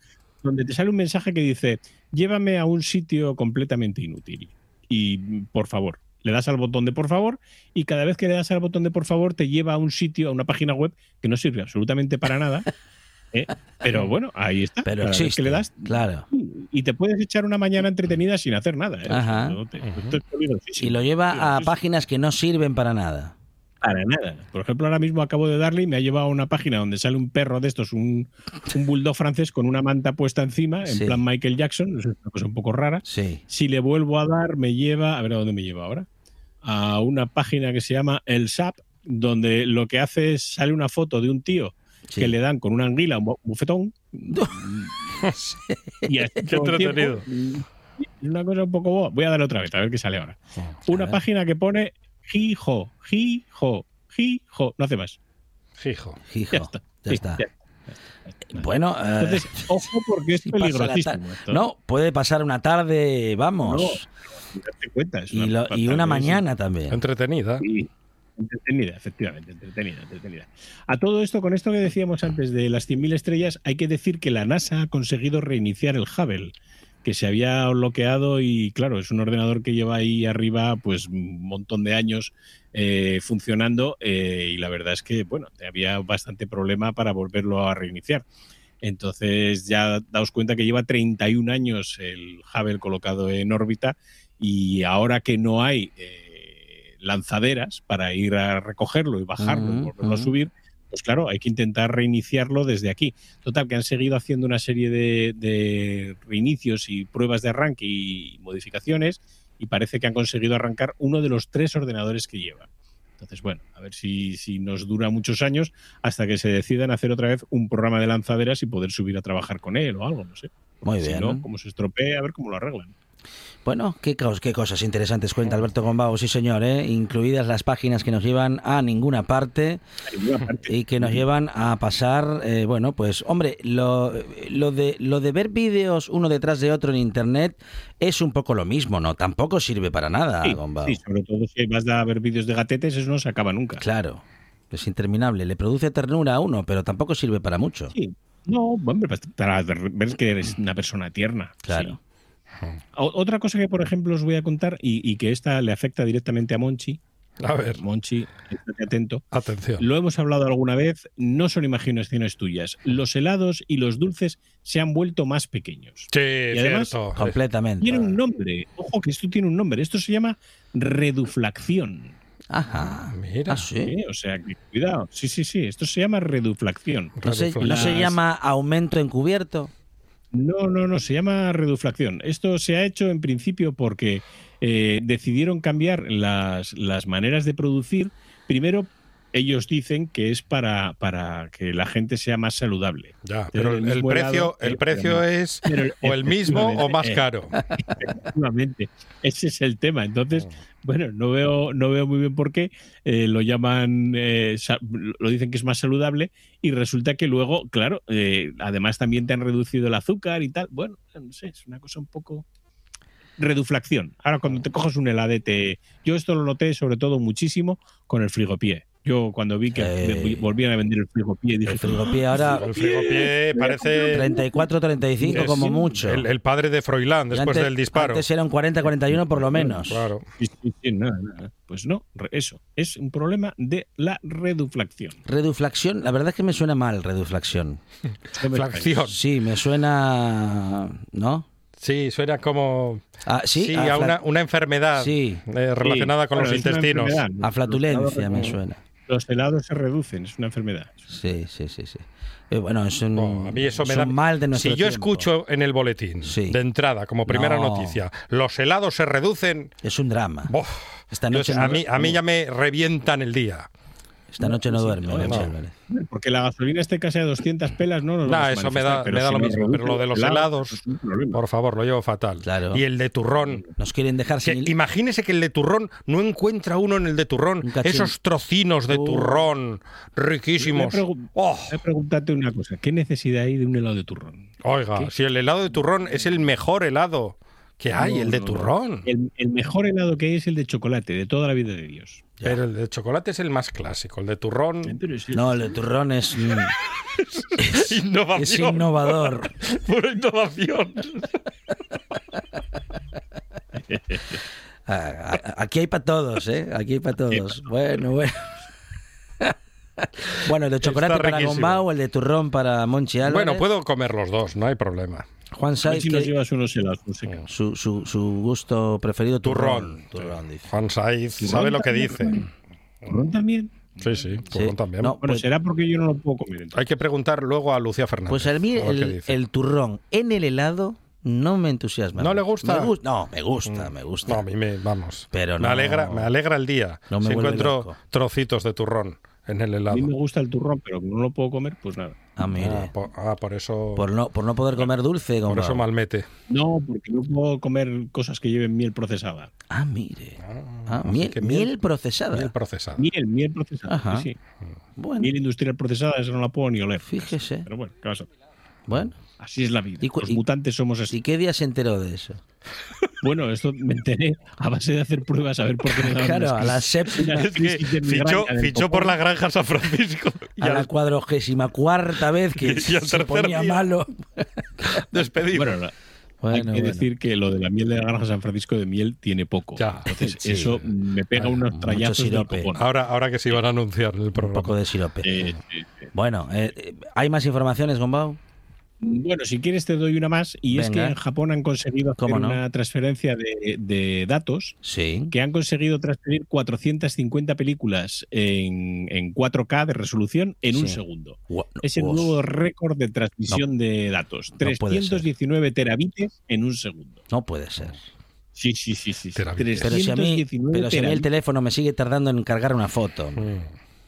donde te sale un mensaje que dice, llévame a un sitio completamente inútil. Y mm, por favor, le das al botón de por favor y cada vez que le das al botón de por favor te lleva a un sitio, a una página web que no sirve absolutamente para nada. ¿eh? Pero bueno, ahí está.
Pero
Cada vez
existe.
que le das
Claro.
y te puedes echar una mañana entretenida sin hacer nada. ¿eh?
Ajá.
No te-
Ujú.
esto es peligrosísimo.
Y lo lleva a
Sí, sí.
páginas que no sirven para nada.
Para nada. Por ejemplo, ahora mismo acabo de darle y me ha llevado a una página donde sale un perro de estos, un, un bulldog francés con una manta puesta encima, en
Sí.
plan Michael Jackson, es una cosa un poco rara.
Sí.
Si le vuelvo a dar, me lleva, a ver a dónde me lleva ahora, a una página que se llama El SAP, donde lo que hace es sale una foto de un tío
sí.
que le dan con una anguila un bu- bufetón. y así
Qué
todo el tiempo.
entretenido.
Es una cosa un poco boba. Voy a darle otra vez, a ver qué sale ahora.
A
Una
ver.
página que pone Hijo, Hijo, Hijo. No hace
Eh.
más.
Hijo.
Hijo,
Ya
ya
está.
está.
Sí, ya
Bueno, eh,
Entonces, ojo porque es
si pasa la
peligrosísimo.
tar-
esto.
No, puede pasar una tarde, vamos.
date cuenta. es
y, lo- y una
fatalidad.
mañana también.
Entretenida.
Sí. Entretenida, efectivamente, entretenida, entretenida. A todo esto, con esto que decíamos antes de las 100.000 estrellas, hay que decir que la NASA ha conseguido reiniciar el Hubble, que se había bloqueado y, claro, es un ordenador que lleva ahí arriba pues un montón de años eh, funcionando eh, y la verdad es que, bueno, había bastante problema para volverlo a reiniciar. Entonces ya daos cuenta que lleva 31 años el Hubble colocado en órbita y ahora que no hay eh, lanzaderas para ir a recogerlo y bajarlo y
Ujú,
volverlo a
ujú.
subir, pues claro, hay que intentar reiniciarlo desde aquí. Total, que han seguido haciendo una serie de, de reinicios y pruebas de arranque y modificaciones y parece que han conseguido arrancar uno de los tres ordenadores que lleva. Entonces, bueno, a ver si, si nos dura muchos años hasta que se decidan hacer otra vez un programa de lanzaderas y poder subir a trabajar con él o algo, no sé.
Muy
Si
bien.
no, como se estropee, a ver cómo lo arreglan.
Bueno, qué, cos- qué cosas interesantes cuenta Alberto Gombao, sí señor, ¿eh? incluidas las páginas que nos llevan a ninguna parte y que nos llevan a pasar, eh, bueno, pues hombre, lo, lo de, lo de ver vídeos uno detrás de otro en Internet es un poco lo mismo, ¿no? Tampoco sirve para nada,
Sí,
Gombao.
sí, sobre todo si vas a ver vídeos de gatetes, eso no se acaba nunca.
Claro, es interminable, le produce ternura a uno, pero tampoco sirve para mucho.
Sí. No, hombre, pues, para ver que eres una persona tierna.
Claro.
sí. O- Otra cosa que, por ejemplo, os voy a contar y, y que esta le afecta directamente a Monchi.
A ver,
Monchi, estate atento.
atención.
Lo hemos hablado alguna vez, no son imaginaciones tuyas. Los helados y los dulces se han vuelto más pequeños.
Sí,
además,
cierto.
Completamente.
Tiene un nombre. Ojo, que esto tiene un nombre. Esto se llama reduflación.
Ajá.
Mira.
Ah, sí.
¿eh? O sea, que cuidado. Sí, sí, sí. Esto se llama reduflación.
No se, no se
Las-
llama aumento encubierto.
No, no, no, se llama reduflación. Esto se ha hecho en principio porque eh, decidieron cambiar las, las maneras de producir. Primero, ellos dicen que es para, para que la gente sea más saludable.
Ya, pero el, el
mismo
precio,
helado,
el
eh,
precio
obviamente.
es
Pero,
o el mismo o más
efectivamente,
caro.
Efectivamente, ese es el tema. Entonces, bueno, no veo, no veo muy bien por qué eh, lo llaman, eh, sa- lo dicen que es más saludable y resulta que luego, claro, eh, además también te han reducido el azúcar y tal. Bueno, no sé, es una cosa un poco reduflación. Ahora, cuando te coges un heladete, yo esto lo noté sobre todo muchísimo con el frigopié. Yo cuando vi que
Eh.
volvían a vender el frigopié, dije,
El frigopié ahora
El frigopié parece
34, 35
Es
como mucho.
el, el padre de Froilán
Y
después
antes-
del disparo.
Antes era un 40, 41 por lo menos.
Claro.
"Sí, sí, sí, nada, nada". Pues no, re- eso es un problema de la reduflación.
Reduflación, la verdad es que me suena mal reduflación.
No me
Flacción.
Sí, me suena, ¿no?
Sí, suena como
Ah, sí,
sí,
a,
a
fla-
una, una enfermedad
Sí.
eh, relacionada
Sí,
con
bueno,
los
es una
intestinos.
enfermedad.
a
Los
flatulencia
helados-
me suena.
Los helados se reducen, es una enfermedad.
Sí, sí, sí, sí. Eh, bueno, es un,
Oh, a mí eso me
es
da.
un mal de
si
nuestro
yo
tiempo.
escucho en el boletín
Sí.
de entrada, como primera
No.
noticia, los helados se reducen.
Es un drama.
¡bof!
Esta
Yo
noche
sé,
no-
a, mí, a mí ya me revientan el día.
Esta noche no duerme.
no,
Monchi
no.
Álvarez.
Porque la gasolina este esté casi a 200 pelas, no nos
Nah,
vamos a
eso me
manifestar,
da-
pero
me da
si
lo
nos
mismo, pero
reducen
lo de los helados-
es un problema.
Por favor, lo llevo fatal.
Claro.
Y el de turrón.
Nos quieren dejar
Que
sin...
imagínese que el de turrón no encuentra uno en el de turrón.
Un cachín.
Esos trocinos de
Uh.
turrón riquísimos.
Me pregun-
Oh,
Eh,
Voy a preguntarte una cosa, ¿qué necesidad hay de un helado de turrón?
oiga,
¿Qué?
si el helado de turrón es el mejor helado que hay,
No,
el de
no, no.
Eh,
turrón.
El, el mejor helado que hay es el de chocolate, de toda la vida de Dios.
Pero el de chocolate es el más clásico. El de
Eh,
turrón,
No, el de turrón es, es
innovación.
innovador.
Pura innovación.
Ah, a- Aquí hay para todos, ¿eh? Aquí hay para todos. Bueno, bueno. Bueno, el de chocolate
Está
para
riquísimo.
Gombao, el de turrón para Monchi Álvarez.
Bueno, puedo comer los dos, no hay problema.
Juan
A ver
Saiz,
si
que-
nos llevas unos helados, no sé qué.
su, su, su gusto preferido, turrón.
Turrón.
Turrón, dice.
Juan Saiz sabe lo que dice.
¿Turrón también?
Sí,
Sí.
sí, turrón también.
No,
Bueno,
pues,
será porque yo no lo puedo comer. entonces.
Hay que preguntar luego a Lucía Fernández.
pues a mí
a ver qué
el,
dice.
el turrón en el helado no me entusiasma.
¿No le
mucho.
gusta? Mm.
Me gus- no, me gusta, me gusta.
No, a mí me, vamos.
Pero
me
no-
alegra, me alegra el día.
No me
si
vuelve
encuentro
loco.
trocitos de turrón en el
A
helado.
mí me gusta el turrón, pero como no lo puedo comer, pues nada.
Ah, mire.
Ah, por, ah, por eso,
por, no, por no poder comer dulce,
por
Gombao.
eso malmete.
No, porque no puedo comer cosas que lleven miel procesada.
Ah, mire. Ah,
así
miel,
que
miel,
miel-
procesada.
Miel procesada.
Miel, miel procesada.
Ajá.
sí, sí.
bueno,
Miel industrial procesada, esa no la puedo ni oler.
fíjese.
Pero bueno, ¿qué vas a hacer?
Bueno,
Así es la vida.
¿Y cu-
Los
y-
mutantes somos
¿y
así.
qué día se enteró de eso?
Bueno, esto me enteré a base de hacer pruebas a ver por qué me daban
Claro,
unas
a la
crisis-
séptima,
unas
Es que
crisis de migraña
fichó,
del
fichó
copón.
por la granja San Francisco. Y
a la
al
cuadragésima cuarta vez
Y
que
al
se
tercer
ponía
día.
malo.
despedido.
Bueno, la-
Bueno,
hay que
bueno.
decir que lo de la miel de la granja San Francisco de miel tiene poco.
Ya, Ah.
Entonces,
sí.
eso me pega
Bueno,
unos
mucho
trallazos del
sirope.
copón.
ahora, ahora que se iban a anunciar en el
un poco
programa.
de sirope.
Eh, eh, eh.
Bueno, eh, eh, ¿hay más informaciones, Gombao?
Bueno, si quieres te doy una más y es que
Venga.
en Japón han conseguido hacer
¿Cómo no?
una transferencia de, de datos
Sí.
que han conseguido transferir 450 películas en, en 4K de resolución en un
Sí.
segundo.
Gua-
Es el
Os-
nuevo récord de transmisión de datos.
no puede ser.
319 terabytes en un segundo.
No puede ser.
Sí, sí, sí, sí. sí.
Terabytes.
Pero si a mí,
319
pero si a mí el
terabytes.
teléfono me sigue tardando en cargar una foto.
Mm.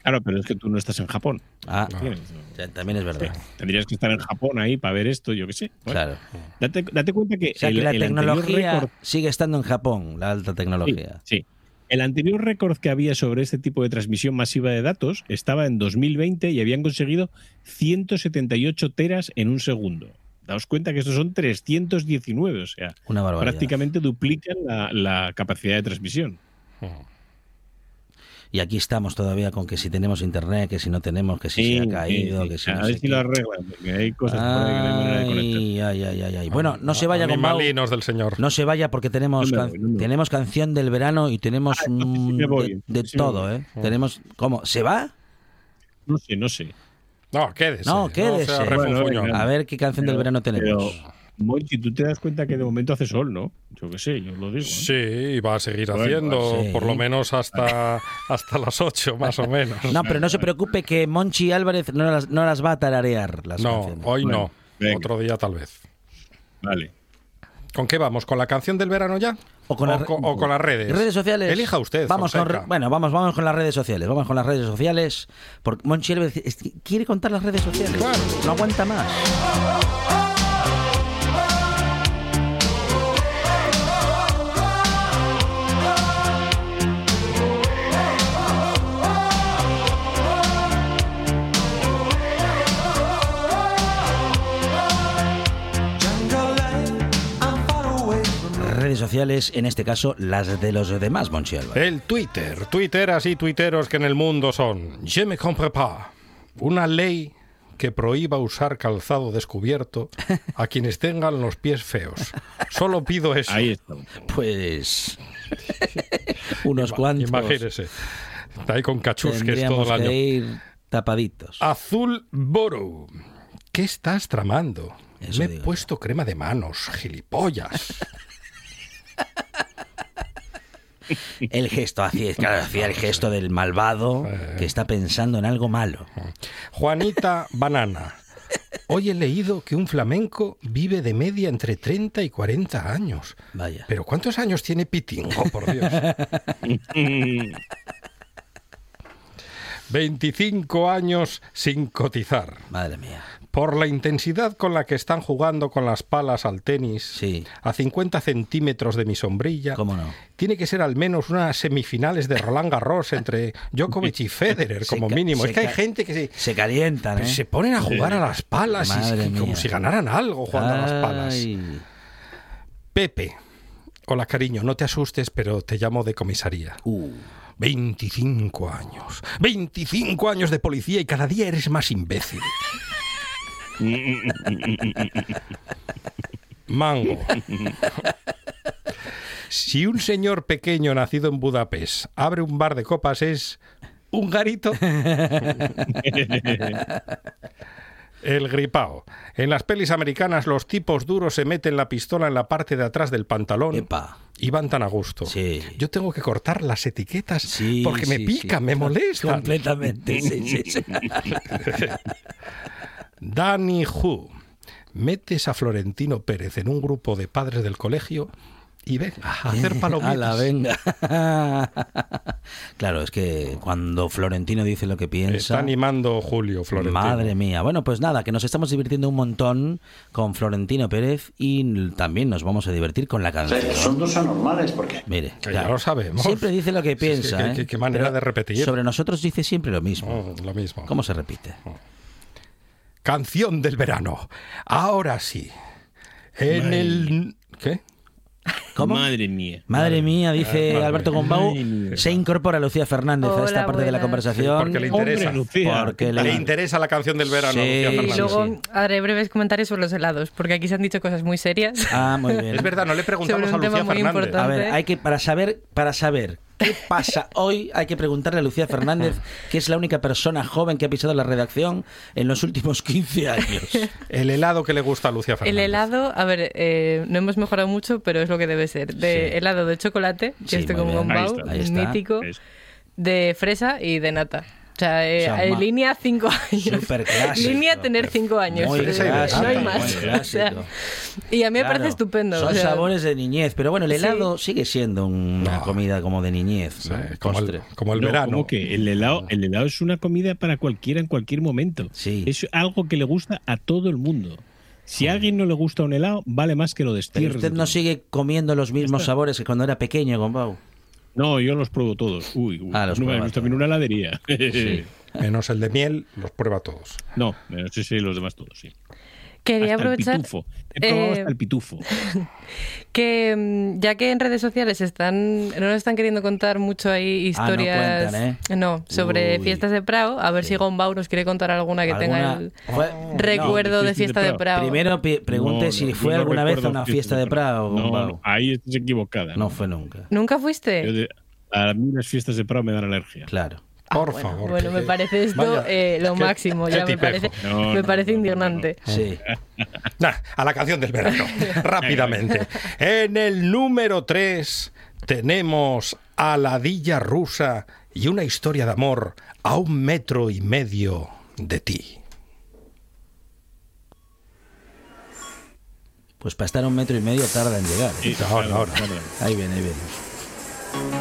Claro, pero es que tú no estás en Japón.
Ah,
¿entiendes?
ya, también es verdad.
Tendrías que estar en Japón ahí para ver esto, yo qué sé. Bueno,
Claro.
date, date cuenta que
O sea, que
el-
la
el anterior récord-
tecnología sigue estando en Japón, la alta tecnología.
Sí, sí. El anterior récord que había sobre este tipo de transmisión masiva de datos estaba en 2020 y habían conseguido 178 teras en un segundo. Daos cuenta que estos son 319, o sea,
Una barbaridad.
prácticamente duplican la, la capacidad de transmisión.
mm.
Y aquí estamos todavía con que si tenemos internet, que si no tenemos, que si se ha caído,
sí,
que si
sí.
no
a
sé
ver si
qué.
lo arreglan, porque hay cosas por ahí que no hay manera de conectar. Ah,
Ay, ay, ay, ay, ay. Bueno, no se vaya con Mau.
Animalinos del señor.
No se vaya porque tenemos,
No me
can-
voy, no me voy.
tenemos canción del verano y tenemos
Ah, entonces sí
mm,
me voy,
de- de,
entonces sí me
todo,
voy.
¿eh? Tenemos, ¿cómo? ¿Se va?
No sé, no sé.
No, quédese.
No, quédese.
sea
Bueno,
refunfuñón.
venga.
A ver qué canción del
Pero-
verano
Pero,
tenemos.
Monchi, tú te das cuenta que de momento hace sol, ¿no? Yo qué sé, yo lo digo. ¿eh?
Sí, y va a seguir
Bueno,
haciendo,
sí.
por lo menos hasta, hasta las 8, más o menos.
No, pero no se preocupe que Monchi Álvarez no las, no las va a tararear las
No,
canciones.
hoy
Bueno,
no.
venga.
Otro día tal vez.
Vale.
¿Con qué vamos? ¿Con la canción del verano ya?
O con la re-
co- o con las redes.
Redes sociales.
Elija usted.
Vamos con,
Fonseca.
re- bueno, vamos, vamos con las redes sociales. Vamos con las redes sociales. Porque Monchi Álvarez es que quiere contar las redes sociales.
Claro.
No aguanta más. Redes sociales, en este caso, las de los demás, Monchi Álvarez.
El Twitter, tuiteras y tuiteros que en el mundo son Je me comprends pas. Una ley que prohíba usar calzado descubierto a quienes tengan los pies feos. Solo pido eso.
Ahí está.
Pues unos
Ima-
cuantos
Imagínese. Está ahí con cachus, que es todo
tendríamos
el año. Ah.
que ir tapaditos.
Azul Boro. ¿Qué estás tramando?
Eso
Me he
digo yo.
puesto crema de manos, gilipollas.
El gesto, hacía, claro, hacía el gesto del malvado
Eh.
que está pensando en algo malo.
Juanita Banana. Hoy he leído que un flamenco vive de media entre 30 y 40 años.
Vaya.
Pero ¿cuántos años tiene Pitingo, por Dios? 25 años sin cotizar.
Madre mía.
Por la intensidad con la que están jugando con las palas al tenis,
Sí.
a 50 centímetros de mi sombrilla,
¿Cómo no?
tiene que ser al menos unas semifinales de Roland Garros entre Djokovic y Federer,
Se
como
ca-
mínimo.
se
Es que hay
ca-
gente que se,
Se calientan, ¿eh?
se ponen a jugar a las palas y-
Madre
y como
mía.
si ganaran algo jugando a las palas.
Ay.
Pepe. Hola cariño, no te asustes, pero te llamo de comisaría.
Uh,
25 años. 25 años de policía y cada día eres más imbécil. Mango. Si un señor pequeño nacido en Budapest abre un bar de copas es un garito. El gripao. En las pelis americanas los tipos duros se meten la pistola en la parte de atrás del pantalón
epa.
y van tan a gusto.
Sí.
Yo tengo que cortar las etiquetas
Sí,
porque me
sí,
pican,
sí.
me molestan.
Completamente, sí, sí, sí.
Danny Hu, metes a Florentino Pérez en un grupo de padres del colegio y ven a hacer
Ah,
palomitas.
A la venga. claro, es que cuando Florentino dice lo que
Está
piensa.
animando Julio Florentino.
Madre mía. Bueno, pues nada, que nos estamos divirtiendo un montón con Florentino Pérez y también nos vamos a divertir con la canción.
Son dos anormales porque
Mire,
Que ya lo sabemos.
Siempre dice lo que
Sí, sí,
piensa.
qué-
¿eh?
qué- qué manera
Pero
de repetir.
Sobre nosotros dice siempre lo mismo.
Mm, lo mismo.
¿Cómo se repite?
Canción del verano. Ahora sí. En el... ¿Qué?
¿Cómo?
Madre mía.
Madre mía, dice
madre
Alberto
mía.
Gombau.
Madre mía.
Se incorpora Lucía Fernández a esta
Hola,
parte de la
buenas.
conversación.
Sí, porque le interesa.
Hombre, Lucía.
Porque
Ah, Le
le-
interesa la canción del verano.
Sí,
Lucía
y
Eh, Y
Fernández.
luego
sí.
haré breves comentarios sobre los helados, porque aquí se han dicho cosas muy serias.
Ah, muy bien.
Es verdad, no le preguntamos
Sobre
a
un tema
Lucía
muy
Fernández.
importante.
A ver, hay que para saber para saber qué pasa hoy hay que preguntarle a Lucía Fernández, que es la única persona joven que ha pisado la redacción en los últimos 15 años.
El helado que le gusta a Lucía Fernández.
El helado, a ver, eh, no hemos mejorado mucho, pero es lo que debe ser. De
Sí.
helado de chocolate, que
Sí,
estoy
muy
con
bien.
Gombau,
Ahí está.
Ahí está.
mítico,
Es-
de fresa y de nata. O sea, eh,
O sea,
eh,
ma-
línea cinco años.
Superclásico.
Línea tener cinco años.
Muy
Pero esa idea,
clásico,
no hay
muy
más.
clásico.
O sea, y a mí me
Claro.
parece estupendo.
Son
o sea,
sabores de niñez, pero bueno, el
Sí.
helado sigue siendo una
No.
comida como de niñez,
Ah. Sí,
¿no?
como,
Postre.
el, como el
No,
verano.
¿cómo que el helado, el helado es una comida para cualquiera en cualquier momento.
Sí.
Es algo que le gusta a todo el mundo. Si a alguien no le gusta un helado, vale más que lo
Pero
destierres.
usted
de
no
tu-
sigue comiendo los mismos sabores que cuando era pequeño, Gombau.
No, yo los pruebo todos. Uy, uy,
Ah, los
no me
pruebas
gusta también una heladería.
Menos el de miel, los prueba todos.
no, no sé si los demás todos, sí.
Quería
Hasta
aprovechar
el pitufo. He probado
eh,
hasta el pitufo.
que mm, ya que en redes sociales están no nos están queriendo contar mucho ahí
Ah, no
historias
cuentan, ¿eh?
no, sobre
Uy.
fiestas de Prado, a ver
Sí.
si Gombau nos quiere contar alguna que tenga
¿Alguna-
el
fue-
recuerdo
de
de
fiestas
fiesta
de
de
Prado.
Prado.
Primero pi- pregunte
No,
si
no,
fue
yo no
alguna vez a
recuerdo
una fiesta de Prado,
No,
Gombau.
no, ahí estás equivocada.
No fue nunca.
¿Nunca
Yo
fuiste?
de- a mí las fiestas de Prado me dan alergia.
Claro.
Ah,
Por
bueno,
favor.
Bueno, me
que-
parece esto
Vaya,
eh, lo
qué-
máximo.
qué
Ya me
tipejo.
parece,
No,
me
no,
parece
no, no, no.
indignante.
Sí.
Nah, a la canción del verano, rápidamente. En el número 3 tenemos a la Dilla rusa y una historia de amor a un metro y medio de ti.
Pues para estar a un metro y medio tarda en llegar. ¿eh?
Sí,
Ahora,
claro,
ahora.
claro.
Ahí viene, ahí viene.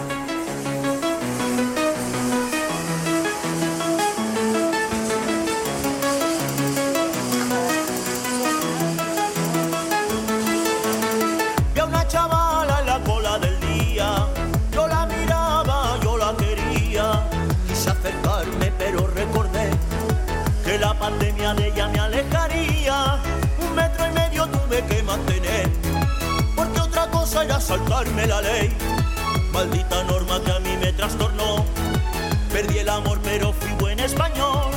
Vi a una chavala en la cola del día. Yo la miraba, yo la quería. Quise acercarme, pero recordé que la pandemia de ella me alejaría. Un metro y medio tuve que mantener, porque otra cosa era saltarme la ley. Maldita norma que a mí me trastornó. Perdí el amor, pero fui buen español.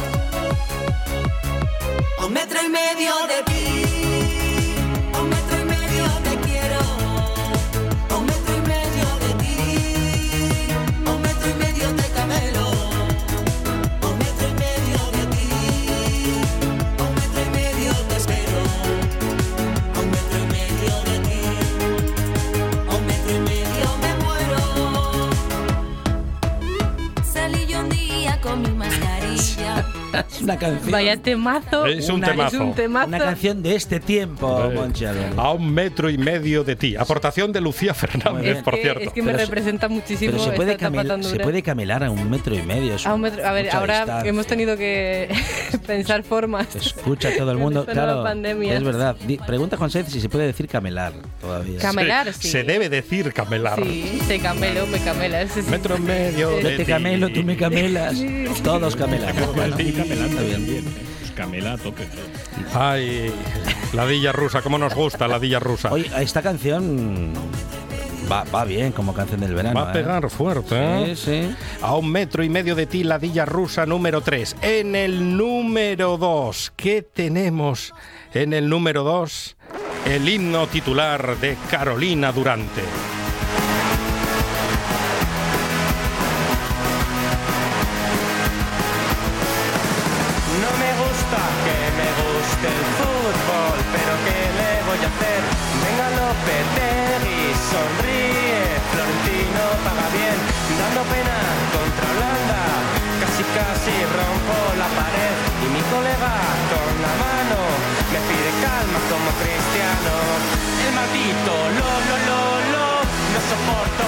A un metro y medio de ti, a un metro y medio te quiero. A un metro y medio de ti, a un metro y medio te camelo. A un metro y medio de ti, a un metro y medio te espero. A un metro y medio de ti, a un metro y medio me muero. Salí yo un día con mi mascarilla.
Es una canción.
Vaya temazo.
Es un
Una- Es
temazo.
un temazo.
Una canción de este tiempo, Moncha.
A un metro y medio de ti. Aportación de Lucía
Muy
Fernández,
bien.
es,
por
que,
cierto.
es que me
Pero se-
representa muchísimo
Pero se puede,
esta etapa
camel-
tan dura.
se puede camelar a un metro y medio. es
A, un metro- a ver,
mucha
ahora
distancia.
hemos tenido que pensar formas.
Escucha todo el
con
mundo,
esta
claro.
nueva pandemia.
Es verdad. Di- Pregunta a Juan Sáenz si se puede decir camelar todavía.
Cam- camelar, sí.
Se debe decir camelar.
Sí, te camelo, me camelas. sí, sí.
Metro y
Yo
medio de
Este
te
ti.
camelo, tú me camelas. Todos camelamos. Bueno,
Estoy camelando
está bien.
también. Pues camela a tope. claro.
Ay, la Dilla rusa, cómo nos gusta la Dilla rusa.
Oye, esta canción va, va bien como canción del verano.
Va a
¿eh?
pegar fuerte, ¿eh?
Sí, sí.
A un metro y medio de ti, la Dilla rusa número 3. En el número 2, ¿qué tenemos en el número 2? El himno titular de Carolina Durante.
No me gusta que me guste el fútbol, pero ¿qué le voy a hacer? Venga Lopetegui, sonríe, Florentino paga bien, dando pena contra Holanda, casi casi rompo la pared y mi colega con la mano me pide calma como cristiano. El maldito lo lo lo lo, no soporto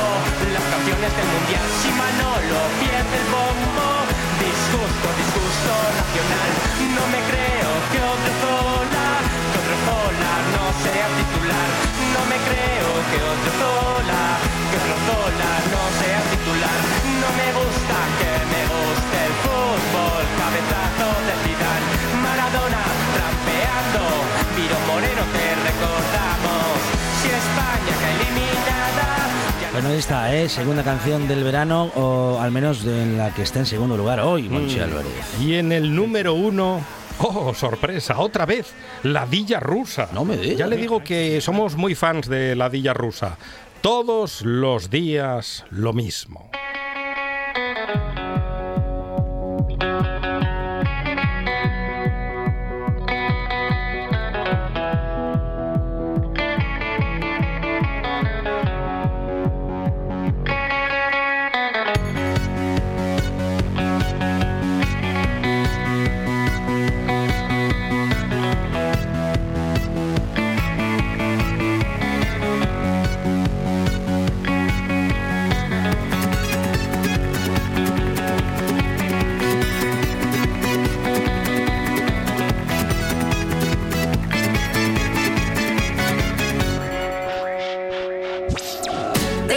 las canciones del mundial, si Manolo pierde el bombo. Disgusto, disgusto nacional. No me creo que Odriozola, que Odriozola no sea titular. No me creo que Odriozola, que Odriozola no sea titular. No me gusta que me guste el fútbol, cabezazo de Zidane. Maradona trampeando, Viro Moreno te recordamos. Si España que eliminada, ya
Bueno, ahí está, ¿eh? segunda canción del verano, o al menos de en la que está en segundo lugar hoy,
Mm.
Monchi Álvarez.
Y en el número 1, oh, sorpresa, otra vez, la Dilla rusa.
No me digas.
Ya le digo que somos muy fans de la Dilla rusa. Todos los días lo mismo.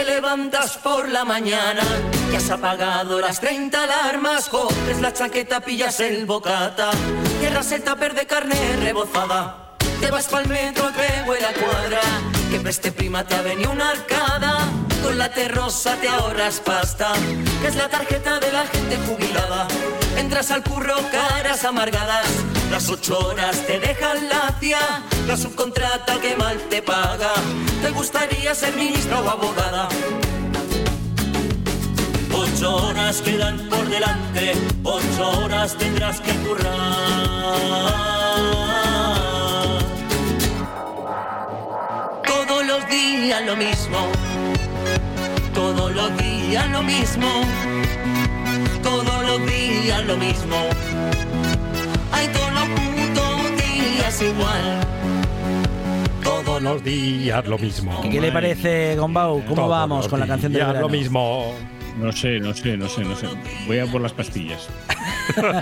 levantas por la mañana, que has apagado las 30 alarmas, coges la chaqueta, pillas el bocata, cierras el tupper de carne rebozada, te vas pa'l metro, te huele a cuadra, que preste prima te ha venido una arcada, con la terrosa te ahorras pasta, que es la tarjeta de la gente jubilada, entras al curro caras amargadas, las ocho horas te dejan lacia, la subcontrata que mal te paga, te gustaría ser ministra o abogada.
Ocho horas quedan por delante, ocho horas tendrás que currar.
Todos los días lo mismo. Todos los días lo mismo. Todos los días lo mismo. Hay todos los putos días igual.
Todos los días lo mismo.
¿Qué le parece, Gombau? ¿Cómo
Todos
vamos
los
con la canción de
días
verano?
lo mismo.
No sé, no sé, no sé, no sé. Voy a por las pastillas.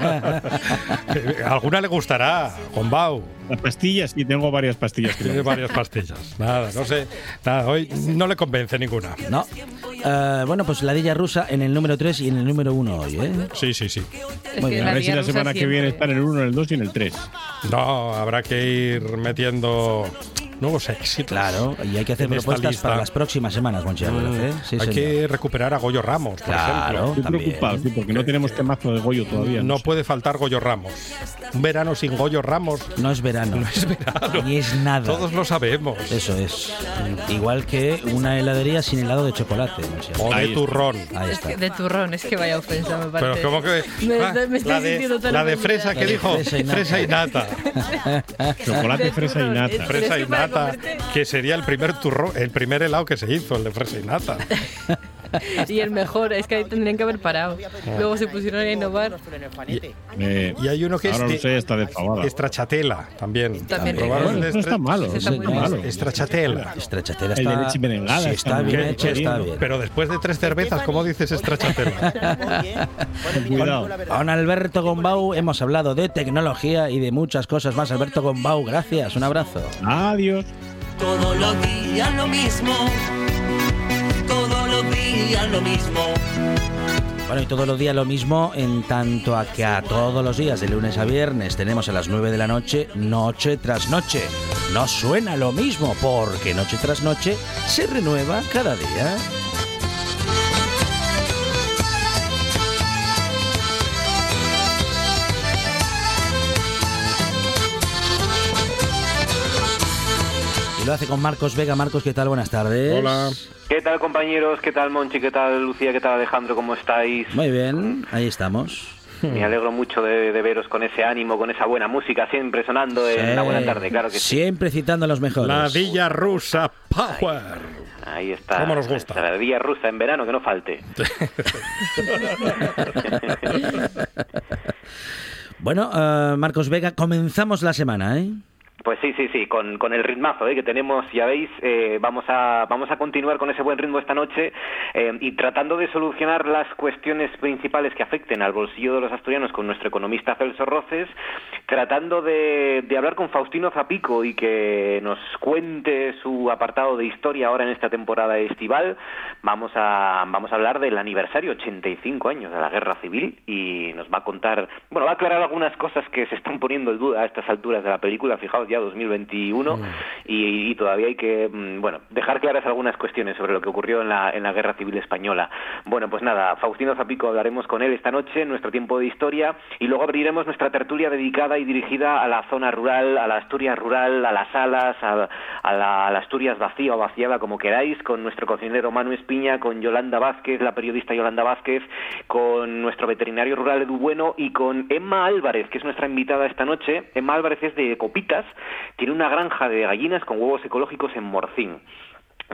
Eh, Alguna le gustará, Gombau.
Las pastillas, sí, tengo varias pastillas. que me
Tiene
gustan.
varias pastillas. Nada, no sé. Nada, hoy no le convence ninguna.
No. Eh, bueno, pues la Dilla rusa en el número 3 y en el número 1 hoy, ¿eh?
Sí, sí, sí.
Es
Muy
que
bien.
A ver si
Liga
la
Rusa
semana que
siempre-
viene está en el 1, en el 2 y en el 3.
No, habrá que ir metiendo nuevos éxitos.
Claro, y hay que hacer
En esta
propuestas
lista.
para las próximas semanas, Monchi Álvarez, ¿eh? Sí,
hay
señor.
que recuperar a Goyo Ramos, por
Claro.
ejemplo.
Estoy
También.
preocupado, sí, porque no tenemos temazo de Goyo todavía.
No
sé.
puede faltar Goyo Ramos. Un verano sin Goyo Ramos,
No es verano. No es verano. Ni es nada.
todos lo sabemos.
Eso es. Igual que una heladería sin helado de chocolate, Monchi
O
Álvarez.
de
Ahí está.
turrón.
Ahí
Es
está.
que de turrón, es que vaya ofensa me
Pero
parece.
como que
Me,
Ah,
estoy- me estoy
la de,
sintiendo tan
la de
ofendida.
fresa que
La de
dijo
fresa y nata.
fresa y nata,
Chocolate, fresa y nata.
Pero es
fresa
que
y
para
nata,
comerte-
que sería el primer turrón, el primer helado que se hizo, el de fresa y nata.
Y el mejor, es que ahí tendrían que haber parado. Luego se pusieron a innovar.
Eh,
Y hay uno que este es
ahora
de-
no sé, está de fabada.
Estrachatela también.
También.
Probaron
Bueno,
el
no está
estra-
malo, no
Está
está
muy bien.
malo.
Estrachatela.
Estrachatela
El
está...
de leche merengada
Sí,
está
está
muy
bien
bien,
hecho, está
corriendo.
bien.
Pero después de tres cervezas, ¿cómo dices estrachatela?
Cuidado.
Con Alberto Gombau hemos hablado de tecnología y de muchas cosas más. Alberto Gombau, gracias, un abrazo.
Adiós.
Todos los días lo mismo. Todos los días lo mismo.
Bueno, y todos los días lo mismo, en tanto a que a todos los días, de lunes a viernes, tenemos a las 9 de la noche, noche tras noche. No suena lo mismo, porque noche tras noche se renueva cada día. Y lo hace con Marcos Vega. Marcos, ¿qué tal? Buenas tardes.
Hola.
¿Qué tal compañeros? ¿Qué tal Monchi? ¿Qué tal Lucía? ¿Qué tal Alejandro? ¿Cómo estáis?
Muy bien, ahí estamos.
Me alegro mucho de, de veros con ese ánimo, con esa buena música siempre sonando en la buena tarde, claro que sí.
Siempre citando a los mejores.
La Villa Rusa Power.
Ahí está.
¿Cómo nos gusta?
La vía rusa en verano, que no falte.
Bueno, eh, Marcos Vega, comenzamos la semana, ¿eh?
Pues sí, sí, sí, con, con el ritmazo ¿eh? que tenemos, ya veis, eh, vamos, a, vamos a continuar con ese buen ritmo esta noche eh, y tratando de solucionar las cuestiones principales que afecten al bolsillo de los asturianos con nuestro economista Celso Roces, tratando de, de hablar con Faustino Zapico y que nos cuente su apartado de historia ahora en esta temporada estival. Vamos a, vamos a hablar del aniversario 85 años de la Guerra Civil y nos va a contar, bueno, va a aclarar algunas cosas que se están poniendo en duda a estas alturas de la película, fijaos ya 2021 y, y todavía hay que, mm, bueno, dejar claras algunas cuestiones sobre lo que ocurrió en la, en la Guerra Civil Española. Bueno, pues nada, Faustino Zapico hablaremos con él esta noche en nuestro tiempo de historia y luego abriremos nuestra tertulia dedicada y dirigida a la zona rural, a la Asturias rural, a las alas, a, a la, a la Asturias vacía o vaciada, como queráis, con nuestro cocinero Manu Espiña, con Yolanda Vázquez, la periodista Yolanda Vázquez, con nuestro veterinario rural Edu Bueno y con Emma Álvarez, que es nuestra invitada esta noche. Emma Álvarez es de Copitas, tiene una granja de gallinas con huevos ecológicos en Morcín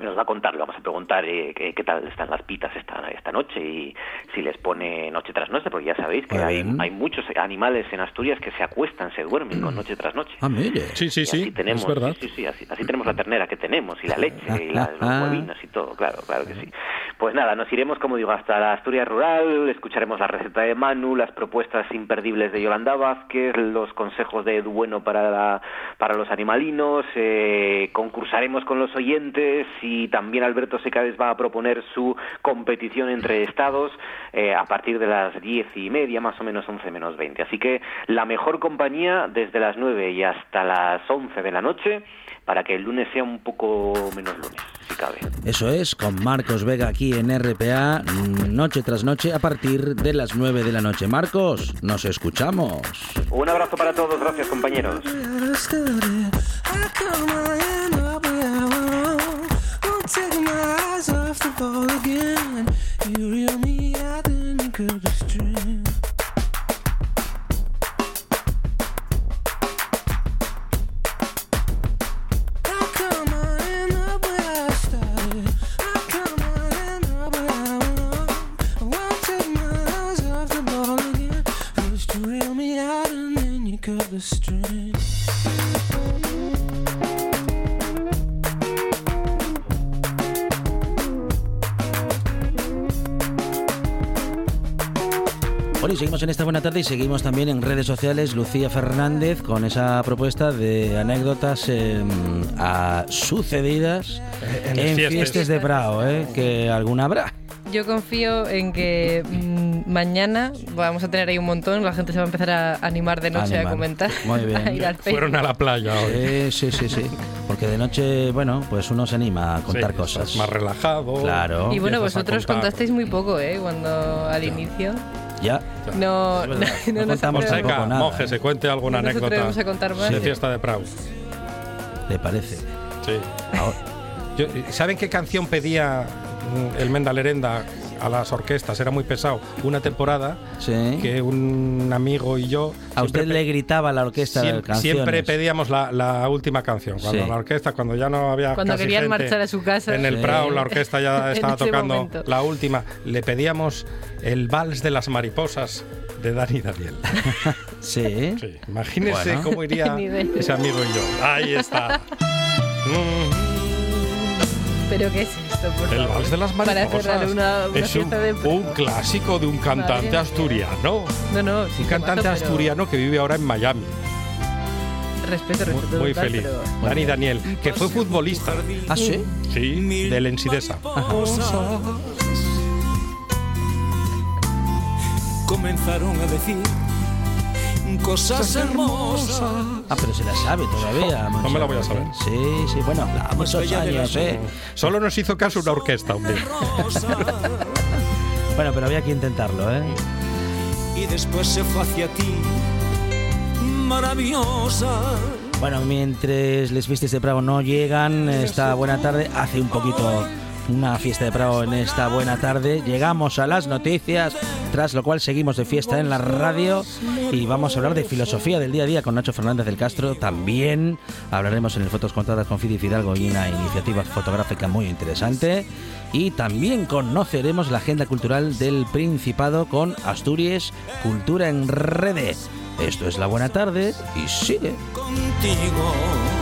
nos va a contar, le vamos a preguntar eh, qué, qué tal están las pitas esta, esta noche y si les pone noche tras noche, porque ya sabéis que
Muy
hay,
bien.
hay muchos animales en Asturias que se acuestan, se duermen con noche tras noche.
Ah, mire.
Sí, sí,
Y
sí,
así tenemos,
es verdad.
sí, sí, sí, así, así tenemos la ternera que tenemos y la leche y la- los huevinos y todo, claro, claro que sí. Pues nada, nos iremos, como digo, hasta la Asturias Rural, escucharemos la receta de Manu, las propuestas imperdibles de Yolanda Vázquez, los consejos de Edu Bueno para, la- para los animalinos, eh, concursaremos con los oyentes y también Alberto Secades va a proponer su competición entre estados eh, a partir de las diez y media, más o menos once menos veinte. Así que la mejor compañía desde las nueve y hasta las once de la noche para que el lunes sea un poco menos lunes, si cabe.
Eso es, con Marcos Vega aquí en RPA, noche tras noche, a partir de las 9 de la noche. Marcos, nos escuchamos.
Un abrazo para todos, gracias compañeros.
I stood it. I cut my hand up and I went on. Won't take my eyes off the ball again. You reel me out and you could a string. I cut my hand up where I started. I cut my hand up where I went on. Won't take my eyes off the ball again. Used to reel me out and then you cut the string.
Bueno, y seguimos en esta buena tarde y seguimos también en redes sociales Lucía Fernández con esa propuesta de anécdotas eh, a- sucedidas en,
Eh, En
fiestas.
fiestas.
de Prado, eh, que alguna habrá.
Yo confío en que mm, mañana vamos a tener ahí un montón, la gente se va a empezar a animar de noche
Animar.
a comentar,
Muy bien.
a ir al Facebook.
Fueron a la playa hoy.
Eh, sí, sí, sí. Porque de noche, bueno, pues uno se anima a contar
Sí,
cosas.
estás más relajado.
Claro.
Y bueno,
Empiezas a
vosotros
contar.
contasteis muy poco, ¿eh? Cuando al inicio.
Ya.
No, no, no nos
contamos
atrevemos-
tampoco
Venga,
nada,
Monje, se cuente alguna
No nos
anécdota
atrevemos a contar más.
de fiesta de Prado.
¿Le parece?
Sí. Yo- ¿Saben qué canción pedía mm, el Menda Lerenda a las orquestas? Era muy pesado. Una temporada
Sí.
que un amigo y yo
A usted le gritaba la orquesta de
siempre,
canciones.
siempre pedíamos la, la última canción. Cuando
Sí.
la orquesta, cuando ya no había
Cuando
Ah, casi
querían
gente
marchar a su casa.
En el
Sí.
Prado la orquesta ya
En
estaba
ese
tocando
momento.
la última. Le pedíamos el vals de las mariposas de Dani Daniel.
Sí.
Sí. Imagínese
Bueno.
cómo iría
Ni idea.
ese amigo y yo. Ahí está. Mm,
¿Pero qué es esto? Por
el
favor?
vals de las
Para
mariposas.
cerrar una, una
es un,
fiesta de...
un clásico de un cantante
mía.
asturiano.
No, no, sí,
Un cantante
temazo, pero
asturiano que vive ahora en Miami.
Respeto,
Muy,
respeto.
muy
total,
feliz.
pero-
Dani Daniel, que fue futbolista.
Ah, sí.
Sí, del Ensidesa.
Mariposas Comenzaron a decir cosas hermosas.
Ah, pero se la sabe todavía.
No me la voy a saber.
Sí, sí, bueno, a muchos
bella de
años,
las
eh.
Solo nos hizo caso una orquesta un día.
rosas.
Bueno, pero había que intentarlo, ¿eh?
y después se fue hacia ti, maravillosa.
Bueno, mientras les vistes de Prado no llegan, esta buena tarde hace un poquito una fiesta de Prado en esta buena tarde. Llegamos a las noticias, tras lo cual seguimos de fiesta en la radio y vamos a hablar de filosofía del día a día con Nacho Fernández del Castro. También hablaremos en el Fotos Contadas con Fidi Fidalgo y una iniciativa fotográfica muy interesante. Y también conoceremos la agenda cultural del Principado con Asturias Cultura en Redes. Esto es la buena tarde y sigue.
Contigo.